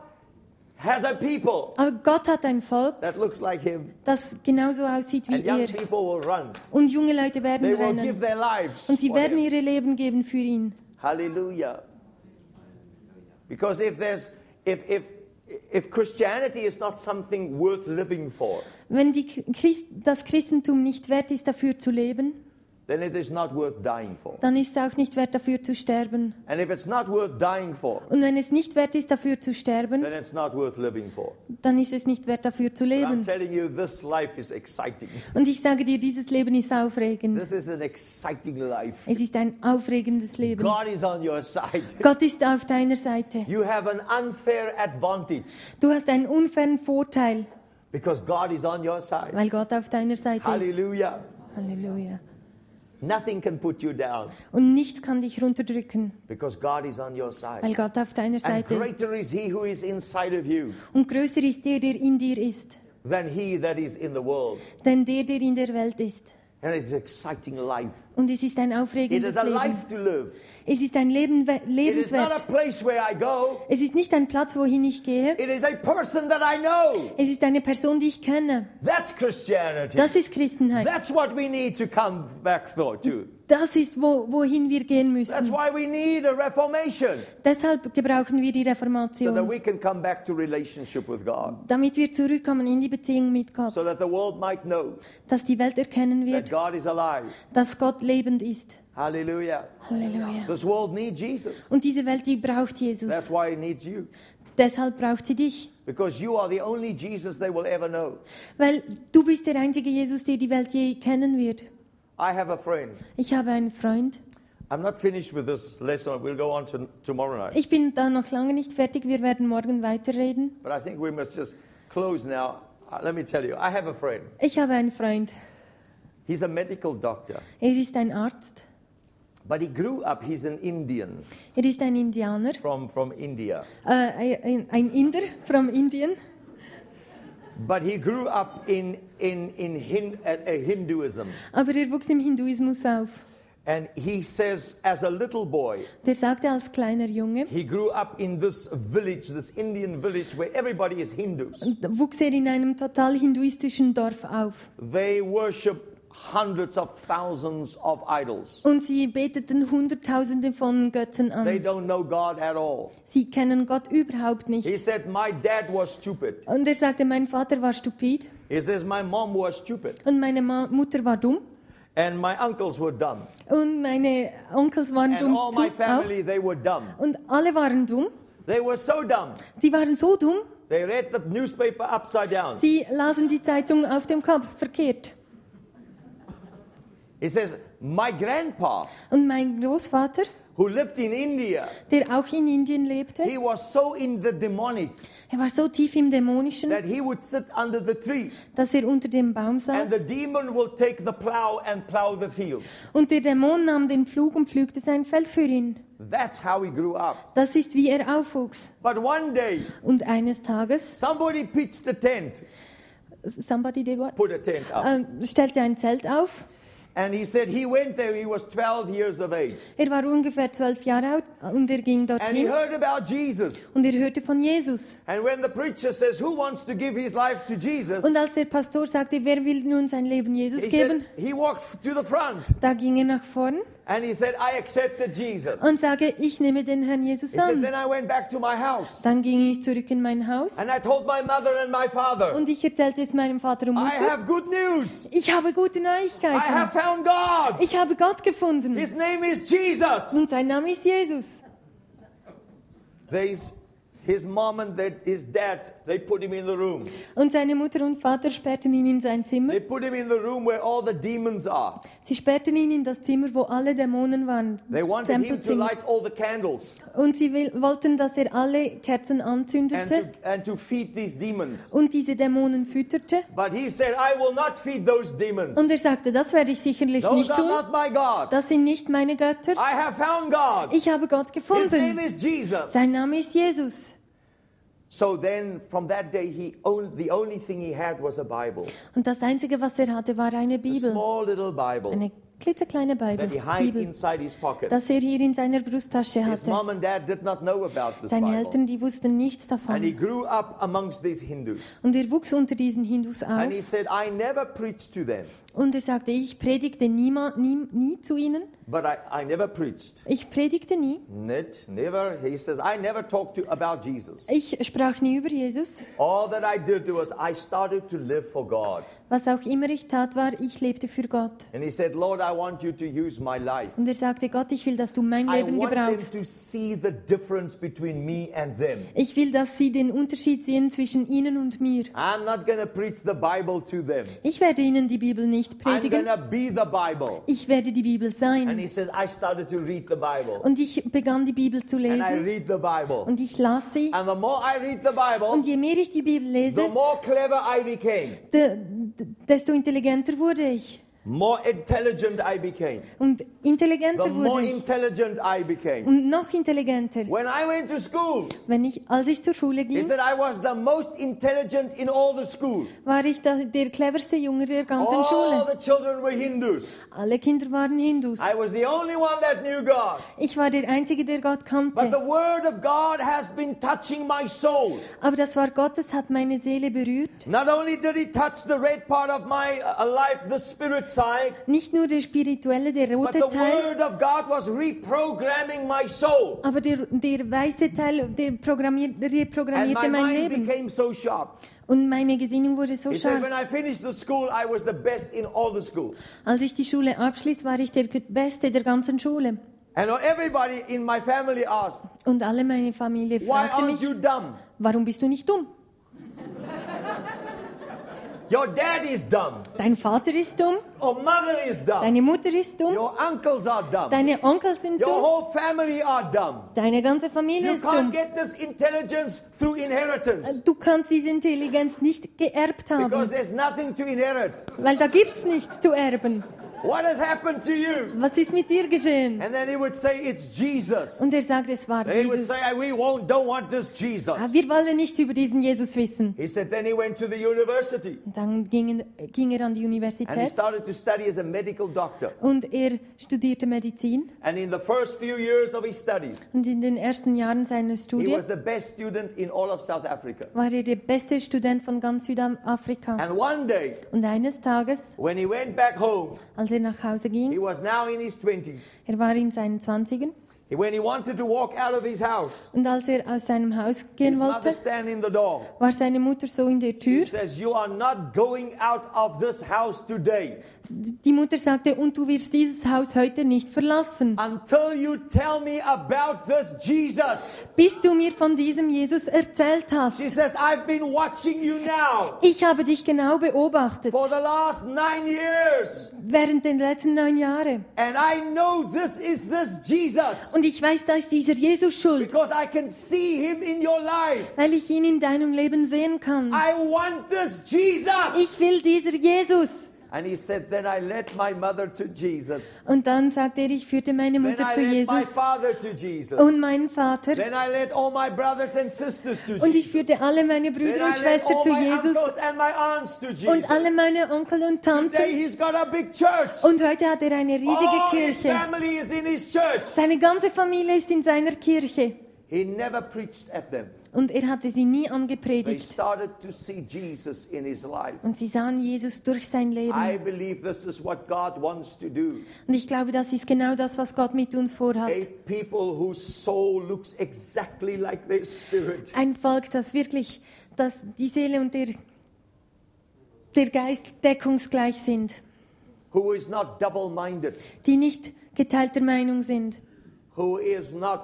has a people Aber Gott hat ein Volk, that looks like Him, das genauso aussieht wie and young er. people will run. Und junge Leute werden They will give rennen. their lives. Und sie for werden Him. ihre Leben geben für ihn. Hallelujah. Because if there's if if if Christianity is not something worth living for, Wenn die Christ, das Christentum nicht wert ist, dafür zu leben, then it is not worth dying for. dann ist es auch nicht wert, dafür zu sterben. And if it's not worth dying for, Und wenn es nicht wert ist, dafür zu sterben, then it's not worth living for. dann ist es nicht wert, dafür zu But I'm leben. telling you, this life is exciting. Und ich sage dir, dieses Leben ist aufregend. This is an exciting life. Es ist ein aufregendes Leben. God is on your side. Gott ist auf deiner Seite. You have an unfair advantage Du hast einen unfairen Vorteil, because God is on your side. weil Gott auf deiner Seite ist. Hallelujah. Halleluja. Nothing can put you down Und nichts kann dich runterdrücken, because God is on your side. weil Gott auf deiner And Seite ist. greater is He who is inside of you Und größer ist der, der in dir ist, than He that is in the world. denn der, der in der Welt ist. And it's an exciting life. Und es ist ein It aufregendes is a Leben. life to live. Es ist ein Leben, we- It is not a lebenswert. place where I go. Es ist nicht ein Platz, wohin ich gehe. It is a person that I know. Es ist eine Person, die ich kenne. That's Christianity. Das ist Christenheit. That's what we need to come back though, to. Das ist, wo, wohin wir gehen That's müssen. why we need a reformation Deshalb gebrauchen wir die so that Reformation, we can come back to relationship with God. damit wir zurückkommen in die Beziehung mit Gott, So that the world might know dass die Welt erkennen that wird, God is alive. dass Gott lebend ist. Hallelujah. Halleluja. This world needs Jesus. Und diese Welt, die braucht That's Jesus. why it needs you. Deshalb braucht sie dich. Because you are the only Jesus they will ever know. Weil du bist der einzige Jesus, der die Welt je kennen wird. I have a friend. Ich habe einen Freund. I'm not finished with this lesson. We'll go on to tomorrow night. Ich bin da noch lange nicht fertig. Wir werden morgen weiterreden. But I think we must just close now. Uh, Let me tell you, I have a friend. Ich habe einen Freund. He's a medical doctor, Er ist ein Arzt. but he grew up, he's an Indian Er ist ein Indianer. from, from India. Äh, ein, ein Inder from Indien. But he grew up in, in, in Hin, uh, uh, Hinduism. Aber er wuchs im Hinduismus auf. And he says, as a little boy, Der sagte als kleiner Junge, he grew up in this village, this Indian village where everybody is Hindus. wuchs er in einem total hinduistischen Dorf auf. They worship hundreds of thousands of idols. Und sie beteten Hunderttausende von Götzen They an. don't know God at all. Sie kennen Gott überhaupt nicht. He said, My dad was stupid. Und er sagte, mein Vater war stupid He says, My mom was stupid. und meine Ma Mutter war dumm And my uncles were dumb. und meine Onkels waren And dumm all my tu- auch. family, they were dumb. Und alle waren dumm. They were so dumb. Sie waren so dumm, They read the newspaper upside down. sie lasen die Zeitung auf dem Kopf verkehrt. He says, My grandpa, Und mein Großvater, who lived in India, der auch in Indien lebte, he was so in the demonic er war so tief im Dämonischen, that he would sit under the tree dass er unter dem Baum and the saß. demon will take the plow and plow the field. Und der Dämon nahm den Flug und pflügte sein Feld für ihn. That's how he grew up. Das ist, wie er aufwuchs. But one day, Und eines Tages, somebody pitched a tent, somebody did what? put a tent up. Ähm, stellte ein Zelt auf. And he said he went there, he was 12 years of age. Er war ungefähr zwölf Jahre alt und er ging And he dorthin heard about Jesus. und er hörte von Jesus. And when the preacher says, Who wants to give his life to Jesus? Und als der Pastor sagte, wer will nun sein Leben Jesus He, geben, said, he walked to the front da ging er nach vorn and he said, I accepted Jesus. und sagte, ich nehme den Herrn Jesus He said, an. Then I went back to my house Dann ging ich zurück in mein Haus and I told my mother and my father, und ich erzählte es meinem Vater und I Mutter. have good news. Ich habe gute I have Neuigkeiten. found God. Ich habe Gott gefunden. His name is Jesus. Und sein Name ist Jesus. There's his mom and their, his dad, they put him in the room. Und seine Mutter und Vater sperrten ihn in sein Zimmer. They put him in the room where all the demons are. Sie sperrten ihn in das Zimmer, wo alle Dämonen waren. They wanted him to Tempelzimmer. light all the candles Und sie will, wollten, dass er alle Kerzen and anzündete to, and to feed these demons. und diese Dämonen fütterte. But he said, I will not feed those demons. Und er sagte, das werde ich sicherlich Those nicht are tun. not my God. Das sind nicht meine Götter. I have found God. Ich habe Gott His name gefunden. is Jesus. Sein Name ist Jesus. So then, from that day, he on, the only thing he had was a Bible, Und das Einzige, was er hatte, war eine a Bibel. small little Bible Eine klitzekleine Bibel. that he hid Bibel inside his pocket. das er hier in seiner Brusttasche His hatte. mom and dad did not know about this Seine Bible. Eltern, die wussten nichts And he davon. grew up amongst these Hindus. Und er wuchs unter diesen Hindus And auf. he said, I never preached to them. Und er sagte, ich predigte niema, nie, nie zu ihnen. But I, I never preached. Ich predigte nie. Net, never. He says, I never talked to about Jesus. Ich sprach nie über Jesus. All that I did was I started to live for God. Was auch immer ich tat, war, ich lebte für Gott. And he said, Lord, I want you to use my life. Und er sagte, Gott, ich will, dass du mein I Leben want them gebrauchst. to see the difference between me and them. Ich will, dass sie den Unterschied sehen zwischen ihnen und mir. I'm not going to preach the Bible to them. Ich werde ihnen die Bibel nicht I'm going predigen. to be the Bible. Ich werde die Bibel And sein. he says, I started to read the Bible. Und ich begann die Bibel zu And I lesen. read the Bible. Und ich las sie. And the more I read the Bible, Und je mehr ich die Bibel the lese, more clever I became, de, de, desto intelligenter wurde ich. more intelligent I became, Und the intelligenter more wurde ich. intelligent I became. Und noch intelligenter. When I went to school, Wenn ich, als ich zur Schule he ging, said I was the most intelligent in all the school. war ich da, der cleverste Junge der ganzen All Schule. the children were Hindus. Alle Kinder waren Hindus. I was the only one that knew God. Ich war der Einzige, der Gott But the kannte. word of God has been touching my soul. Aber das Wort Gottes hat meine Seele berührt. Not only did he touch the red part of my uh, life, the spirit side, Nicht nur der spirituelle, der but rote the Teil, word of God was reprogramming my soul. aber der, der weiße Teil, der programmier- And my reprogrammierte mein mind Leben. became so sharp. Und meine Gesinnung wurde so He said, scharf. when I finished the school, I was the best in all the school. Als ich die Schule abschließ, war ich der Beste der ganzen Schule. And everybody in my family asked, Und alle meine Familie why fragte aren't mich, you dumb? warum bist du nicht dumm? Your dad is dumb. Dein Vater ist dumm, Your mother is dumb. deine Mutter ist dumm, Your uncles are dumb. deine Onkel sind Your dumm, whole family are dumb. deine ganze Familie You ist can't dumm. get this intelligence through inheritance Du kannst diese Intelligenz nicht geerbt because haben, there's nothing to inherit. weil da gibt's nichts zu erben. What has happened to you? Was ist mit dir geschehen? And then he would say, it's Jesus. Und er sagt, es war They would Jesus. say, we won't, don't want this Ah, Jesus. Wir wollen nichts über diesen Jesus wissen. He said, then he went to the university Und Dann ging, ging er an die and he Universität started to study as a medical doctor. und er studierte Medizin. And in the first few years of his studies, Und in den ersten Jahren seiner he Studie was the best student in all of South Africa. war er der beste Student von ganz Südafrika. And one day, Und eines Tages, when he went back home, als er nach Hause he ging, was now in his 20s. er war in seinen Zwanzigern, He- When he wanted to walk out of his house, und als er aus seinem Haus gehen his mother wollte, stand in the door. war seine Mutter so in der She Tür. says, You are not going out of this house today Die Mutter sagte, und du wirst dieses Haus heute nicht verlassen, until you tell me about this Jesus. bis du mir von diesem Jesus erzählt hast. She says, I've been watching you now Ich habe dich genau beobachtet for the last nine years, während den letzten neun Jahren. and I know this is this Jesus Und ich weiß, da ist dieser Jesus schuld, because I can see him in your life. weil ich ihn in deinem Leben sehen kann. I want this Jesus. Ich will dieser Jesus. And he said, Then I led my mother to Jesus. Und dann sagte er, ich führte meine Then Mutter I zu led my Jesus father to Jesus. und meinen Vater. Then I led all my brothers and sisters to Und ich Jesus. führte alle meine Then Brüder I und led Schwestern all zu my uncles Jesus and my aunts to Jesus. und alle meine Onkel und Today Tanten. he's got a big church. Und heute hat er eine riesige All his Kirche. family is in his church. Seine ganze Familie ist in seiner Kirche. He never preached at them. Und er hatte sie nie They angepredigt. started to see Jesus in his life. Und sie sahen Jesus durch sein Leben. I believe this is what God wants to do. Und ich glaube, das ist genau das, was Gott mit uns A vorhat. people whose soul looks exactly like their spirit. Ein Volk, das wirklich, dass die Seele und der, der Geist deckungsgleich sind, who is not double minded, die nicht geteilter Meinung sind, who is not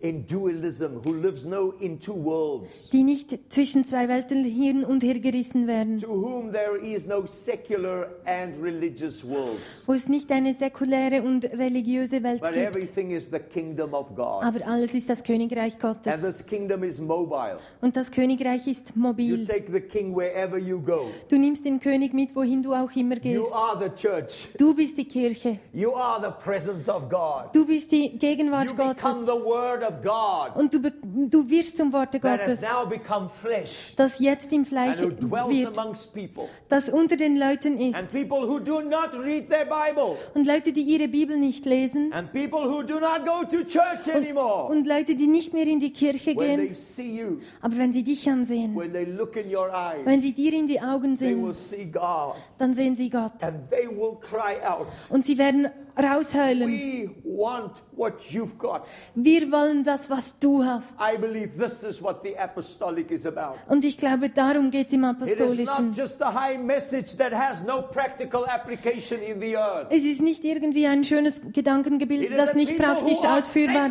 in dualism, who lives no in two worlds, die nicht zwischen zwei Welten hin und her gerissen werden, to whom there is no secular and religious worlds, wo es nicht eine säkuläre und religiöse Welt but gibt. everything is the kingdom of God. Aber alles ist das Königreich And Gottes. this kingdom is mobile. Und das Königreich ist You mobil. take the king wherever you go. Du nimmst den König mit, wohin du auch immer You gehst. are the church. Du bist die Kirche. You are the presence of God. Du bist die You Gegenwart become Gottes. the word of Oh, God Und du, be- du wirst zum Worte that has Gottes, now become flesh das jetzt im and Fleisch who dwells wird, amongst people. das unter den Leuten ist. And people who do not read their Bible. Und Leute, die ihre Bibel nicht lesen And people who do not go to church anymore. und Leute, die nicht mehr in die When Kirche they gehen, see you, aber wenn sie dich ansehen, when they look in your eyes, wenn sie dir in die Augen they sehen, will see God dann sehen sie Gott. and they will cry out. Und sie werden rausheulen. We want what you've got. Wir wollen das, was du hast. I believe this is what the apostolic is about. Und ich glaube, darum geht es im It is not Apostolischen. just a high message that has no practical application in the earth. Es ist nicht irgendwie ein schönes Gedankengebilde, It is das the nicht people praktisch who are ausführbar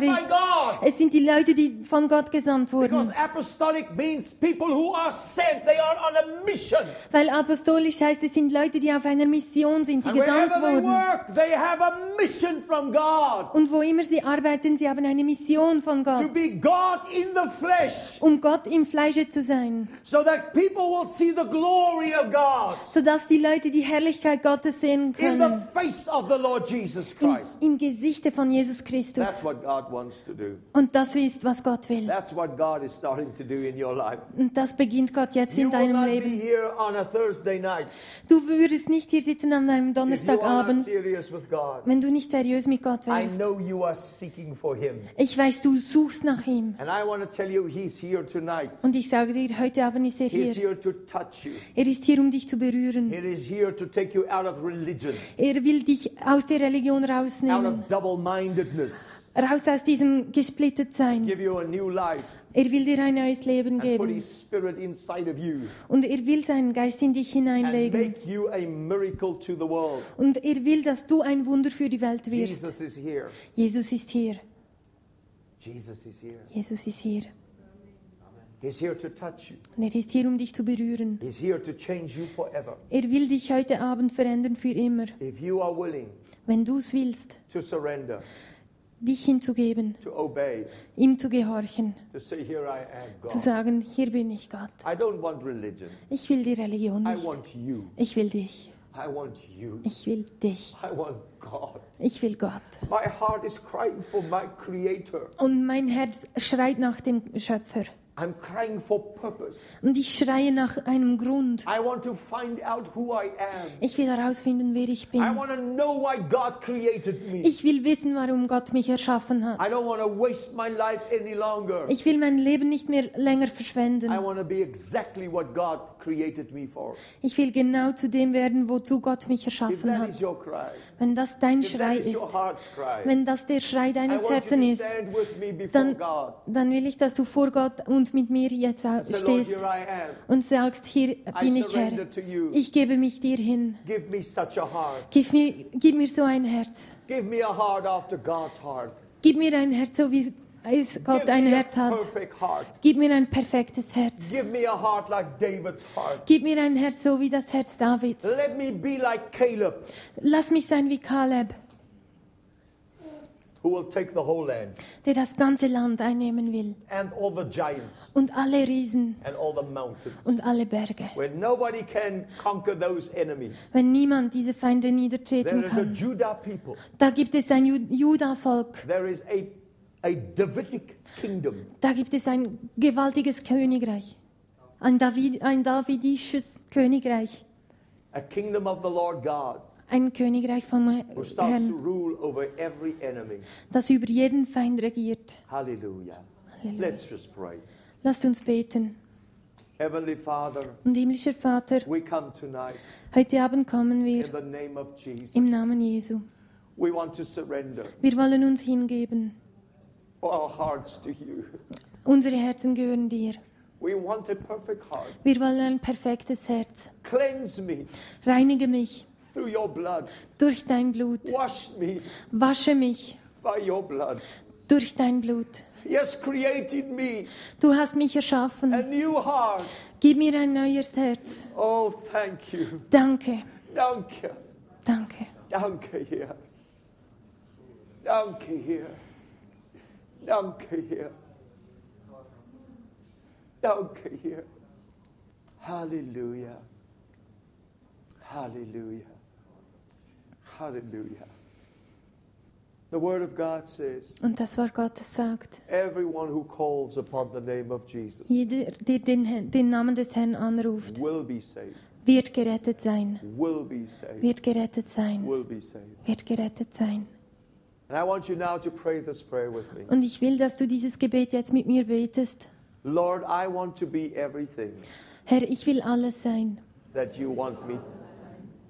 sent by ist. God. Es sind die Leute, die von Gott gesandt Because wurden. apostolic means people who are sent, they are on a mission. Weil apostolisch heißt, es sind Leute, die auf einer Mission sind, die And gesandt wherever they wurden. work, they have a mission from God Und wo immer sie arbeiten, sie haben eine Mission von to Gott, be God in the flesh um Gott im Fleische zu sein, so that people will see the glory of God sodass die Leute die Herrlichkeit Gottes sehen in the können. face of the Lord Jesus Im, Christ. im Gesichte von Jesus That's Christus. what God wants to do. Und das ist, was Gott will. That's what God is starting to do in your life. Und das beginnt Gott jetzt You in will deinem not Leben. be here on a Thursday night Du würdest nicht hier sitzen an einem if you are not Donnerstagabend, serious with God. wenn du nicht seriös mit Gott I wärst. know you are seeking for Him. Ich weiß, du suchst nach ihm. And I want to tell you, He's here tonight. Und ich sage dir, heute Abend ist er He's hier. here to touch you. Er ist hier, um dich zu berühren. He is here to take you out of religion, Er will dich aus der Religion out rausnehmen, of double mindedness, raus aus diesem gesplittet sein. give you a new life, Er will dir ein neues Leben and put geben His Spirit inside of you, und er will seinen Geist in dich and hineinlegen make you a miracle to the world. und er will, dass du ein Wunder für die Welt wirst. Jesus is here. Jesus ist hier. Jesus is here. Jesus ist hier. He's here to touch you, Und er ist hier, um dich zu berühren. He's here to change you forever. Er will dich heute Abend verändern für immer, If you are willing wenn du es willst, to surrender, dich hinzugeben, to obey, ihm zu gehorchen, to say, Here I am, zu God. sagen, hier bin ich Gott. I don't want religion. Ich will die Religion I nicht. want you. Ich will dich. I want you. Ich will dich. I want God. Ich will Gott. My heart is crying for my Creator. Und mein Herz schreit nach dem Schöpfer. I'm crying for purpose. Und ich schreie nach einem Grund. I want to find out who I am. Ich will herausfinden, wer ich I bin. want to know why God created me. Ich will wissen, warum Gott mich erschaffen I hat. don't want to waste my life any longer. Ich will mein Leben nicht mehr länger I verschwenden. want to be exactly what God created me for. Ich will genau zu dem werden, wozu Gott mich If erschaffen that is hat. your cry, Wenn das dein if that Schrei is ist, your heart's cry, wenn das der Schrei I deines want you Herzens to ist, stand with me before dann, God. dann will ich, dass du vor Gott und mit mir jetzt au- Say, Lord, stehst here I am. und sagst, hier I bin ich surrender Herr. to you. Ich gebe mich dir hin. Give me such a heart. Gib mir, gib mir so ein Herz. Give me a heart after God's heart. Gib mir ein Herz, so wie es Give Gott ein me Herz a hat. perfect heart. Gib mir ein perfektes Herz. Give me a heart like David's heart. Gib mir ein Herz, so wie das Herz Davids. Let me be like Caleb, Lass mich sein wie Kaleb, who will take the whole land der das ganze Land einnehmen will. and all the giants Und alle Riesen and all the mountains. und alle Berge. Where nobody can conquer those enemies. Wenn niemand diese Feinde niedertreten There is a kann, Judah people. da gibt es ein Ju- Juda-Volk. There is a, a Davidic kingdom. Da gibt es ein gewaltiges Königreich. Ein, David, ein davidisches Königreich. A kingdom of the Lord God Ein Königreich vom Her- who starts to Herrn, rule over every enemy. das über jeden Feind regiert. Hallelujah. Halleluja. Let's just pray. Lasst uns beten. Heavenly Father, Und himmlischer Vater, we come tonight heute Abend kommen in wir the name of Jesus. im Namen Jesu. We want to surrender Wir wollen uns hingeben. our hearts to you. Unsere Herzen gehören dir. We want a perfect heart. Wir wollen ein perfektes Herz. Cleanse me Reinige mich through your blood. durch dein Blut. Wash me Wasche mich by your blood. durch dein Blut. Yes, create in me Du hast mich erschaffen. a new heart. Gib mir ein neues Herz. Oh, thank you. Danke, Danke. danke. Danke hier. Danke hier. Danke hier. Danke hier. Halleluja. Halleluja. Halleluja. The Word of God says, Und das Wort Gottes sagt, everyone who calls upon the name of Jesus jeder, der den, Herrn- den Namen des Herrn anruft, will be saved, wird gerettet sein, will be saved, wird gerettet sein, will be saved. wird gerettet sein. And I want you now to pray this prayer with me. Und ich will, dass du dieses Gebet jetzt mit mir betest. Lord, I want to be everything Herr, ich will alles sein, that you want me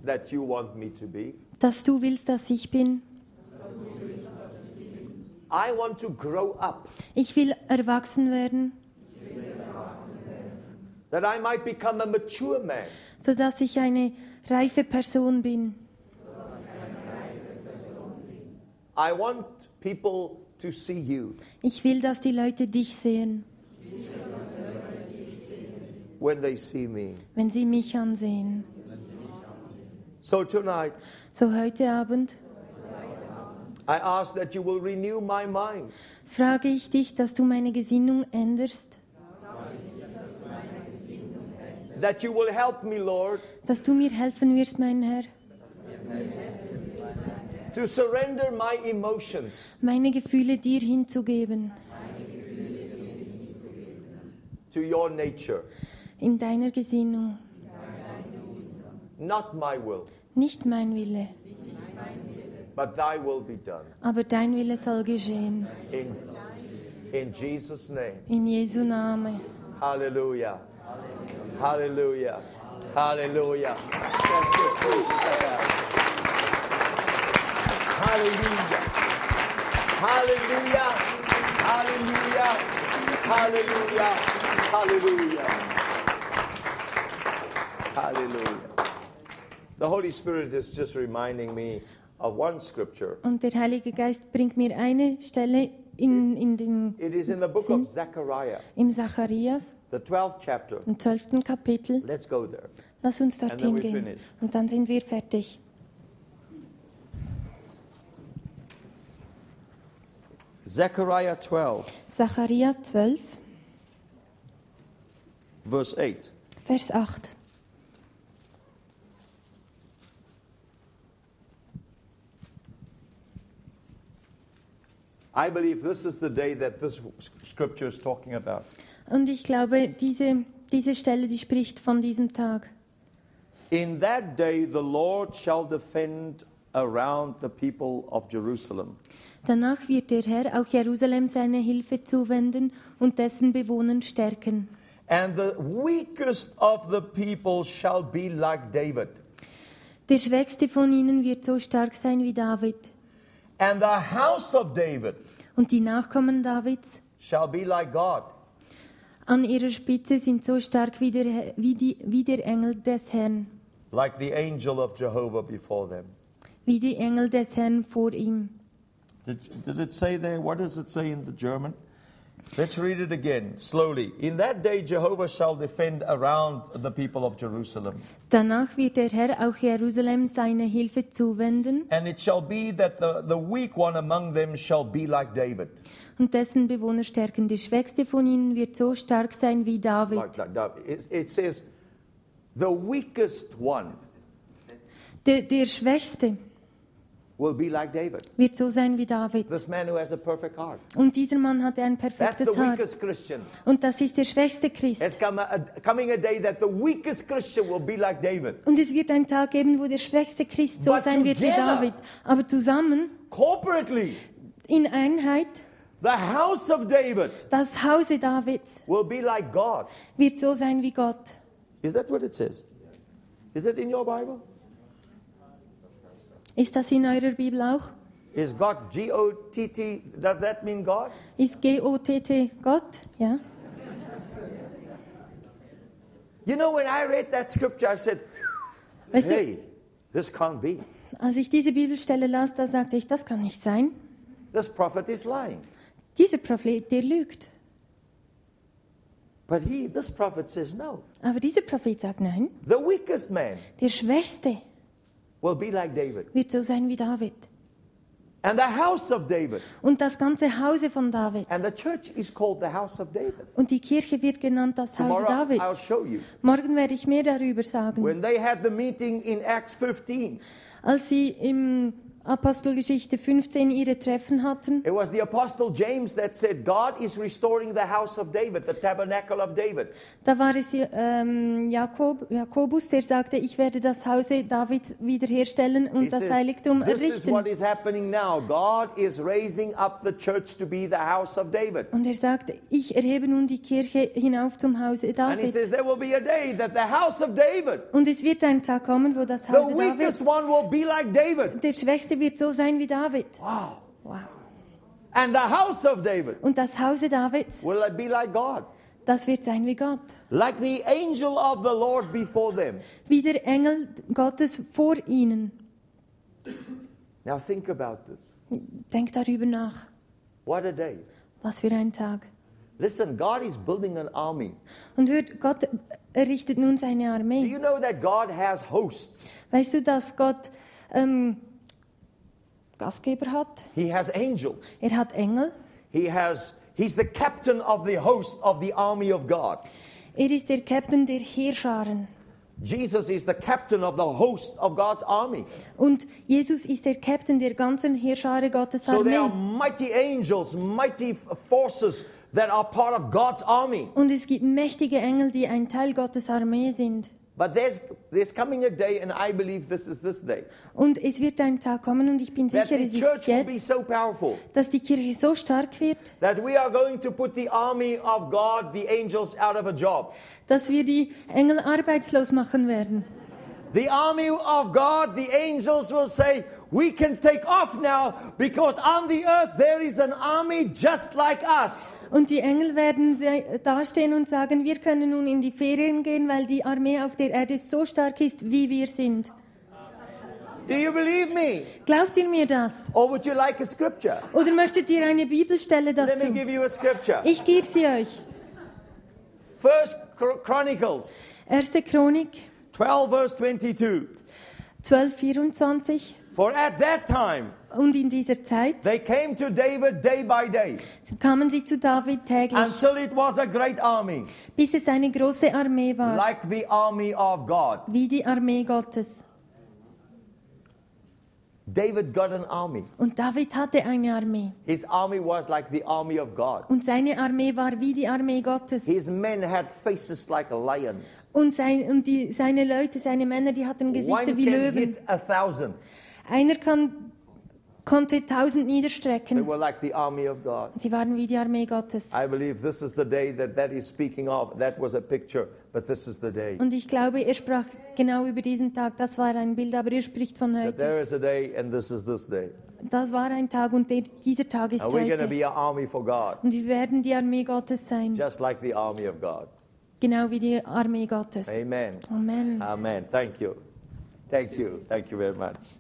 that you want me to be. dass du willst, dass ich bin. I want to grow up Ich will erwachsen werden, that I might become a mature man. sodass ich eine reife Person bin. I want people to see you Ich will, dass die Leute dich sehen, when they see me. wenn sie mich ansehen. So tonight, So heute Abend I ask that you will renew my mind, frage ich dich, dass du meine Gesinnung änderst, that you will help me, Lord, dass du mir helfen wirst, mein Herr, to surrender my emotions meine Gefühle dir hinzugeben, to your nature, in deiner Gesinnung, not my will, nicht mein Wille. but thy will be done. Aber dein Wille soll geschehen. In, in Jesus' name. In Jesu Name. Hallelujah. Hallelujah. Hallelujah. That's good. Praise the Lord. Hallelujah. Hallelujah. Hallelujah. Hallelujah. Hallelujah. Hallelujah. The Holy Spirit is just reminding me of one scripture. Und der Heilige Geist bringt mir eine Stelle in, in den, It is in the book of Zechariah, im Zacharias, the 12th chapter. im 12. Kapitel. Let's go there. Lass uns And then dorthin we gehen. finish. Und dann sind wir fertig. Zechariah 12, Zacharias 12, verse 8. Vers 8. I believe this is the day that this scripture is talking about. Und ich glaube, diese, diese Stelle, die spricht von diesem Tag. In that day, the Lord shall defend around the people of Jerusalem. Danach wird der Herr auch Jerusalem seine Hilfe zuwenden und dessen Bewohnern stärken. And the weakest of the people shall be like David, Der Schwächste von ihnen wird so stark sein wie David. and the house of David Und die Nachkommen Davids shall be like God. an ihrer Spitze sind so stark wie der, He- wie die, wie der Engel des Herrn, Like the angel of Jehovah before them. wie die Engel des Herrn vor ihm. Did, did it say there? What does it say in the German? Let's read it again slowly. In that day, Jehovah shall defend around the people of Jerusalem. Danach wird der Herr auch Jerusalem seine Hilfe zuwenden And it shall be that the, the weak one among them shall be like David. und dessen Bewohner stärken. Der Schwächste von ihnen wird so stark sein wie David. Like, like David. It, it says, the weakest one Der, der Schwächste will be like David. wird so sein wie David. This man who has a perfect heart. Und dieser Mann hatte ein That's the perfektes Haar. weakest Christian. Und das ist der schwächste Christ. It's come a, a- coming a day that the weakest Christian will be like David. Und es wird einen Tag geben, wo der schwächste Christ so But sein wird wie together- David. Aber zusammen, Corporately, in Einheit, the house of David das Hause Davids will be like God. wird so sein wie Gott. Is that what it says? Is it in your Bible? Ist das in eurer Bibel auch? Is God G O T T? Does that mean God? Ist G-O-T-T Gott? Ja. You know, when I read that scripture, I said, Weißt hey, this can't be. du, als ich diese Bibelstelle las, da sagte ich, das kann nicht sein. This prophet is lying. Dieser Prophet, der lügt. But he, this prophet says, no. Aber dieser Prophet sagt nein. The weakest man Der Schwächste will be like David. wird so sein wie David. And the house of David. Und das ganze Hause von David. And the church is called the house of David. Und die Kirche wird genannt das Haus Tomorrow I'll Davids. show you. Morgen werde ich mehr darüber sagen. When they had the meeting in Acts 15, Als sie im Apostelgeschichte 15 ihre Treffen hatten. It was the Apostle James that said, God is restoring the house of David, the tabernacle of David. Da war es ähm, Jakob, Jakobus, der sagte, ich werde das Hause David wiederherstellen und He das says, Heiligtum this is errichten. what is happening now. God is raising up the church to be the house of David. Und er sagt, ich erhebe nun die Kirche hinauf zum Hause And he David. says, There will be a day that the house of David, Und es wird ein Tag kommen, wo das the Haus weakest David, one, will be like David. der Schwächste wird so sein wie David. Wow. Wow. And the house of David Und das Hause Davids, will be like God, das wird sein wie Gott. like the angel of the Lord before them. Wie der Engel Gottes vor ihnen. Now think about this. Denkt darüber nach. What a day. Was für ein Tag. Listen, God is building an army. Und hört, Gott errichtet nun Do seine Armee. you know that God has hosts? Weißt du, dass Gott ähm, Gastgeber hat? He has angels. Er hat Engel. He has he's the captain of the host of the army of God. Er ist der Captain der Heerscharen. Jesus is the captain of the host of God's army. Und Jesus ist der Captain der ganzen Heerschare Gottes So there are Armee. mighty angels, mighty f- forces that are part of God's army. Und es gibt mächtige Engel, die ein Teil Gottes Armee sind. But there's there's coming a day, and I believe this is this day, Und es wird ein Tag kommen, und ich bin that sicher, the es church ist will be jetzt, so powerful dass die Kirche so stark wird, that we are going to put the army of God, the angels, out of a job. dass wir die Engel arbeitslos machen werden. The army of God, the angels will say, We can take off now because on the earth there is an army just like us. Und die Engel werden se- dastehen und sagen, wir können nun in die Ferien gehen, weil die Armee auf der Erde so stark ist, wie wir sind. Do you believe me? Glaubt ihr mir das? Or would you like a scripture? Oder möchtet ihr eine Bibelstelle Let me dazu? give you a scripture. Ich gebe sie euch. First Chron- Chronicles 1. Chronik 12, verse 22. 12, 24. For at that time Und in dieser Zeit they came to David day by day kamen sie zu David täglich, until it was a great army, bis es eine große Armee war, like the army of God. wie die Armee Gottes. David got an army. Und David hatte eine Armee. His army was like the army of God. Und seine Armee war wie die Armee Gottes. His men had faces like lions. Und, sein, und die, seine Leute, seine Männer, die hatten Gesichter One wie can Löwen. hit a thousand. Einer kann, konnte tausend They niederstrecken. were like the army of God. Sie waren wie die Armee Gottes. I believe this is the day that that is speaking of. That was a picture, but this is the day. Und ich glaube, er sprach genau über diesen Tag. Das war ein Bild, aber er spricht von That heute. there is a day, and this is this day. Das war ein Tag und der, dieser Tag ist And we're going to heute. be an army for God, Und wir werden die Armee Gottes sein, just like the army of God. genau wie die Armee Gottes. Amen. Amen. Amen. Thank you. Thank you. Thank you very much.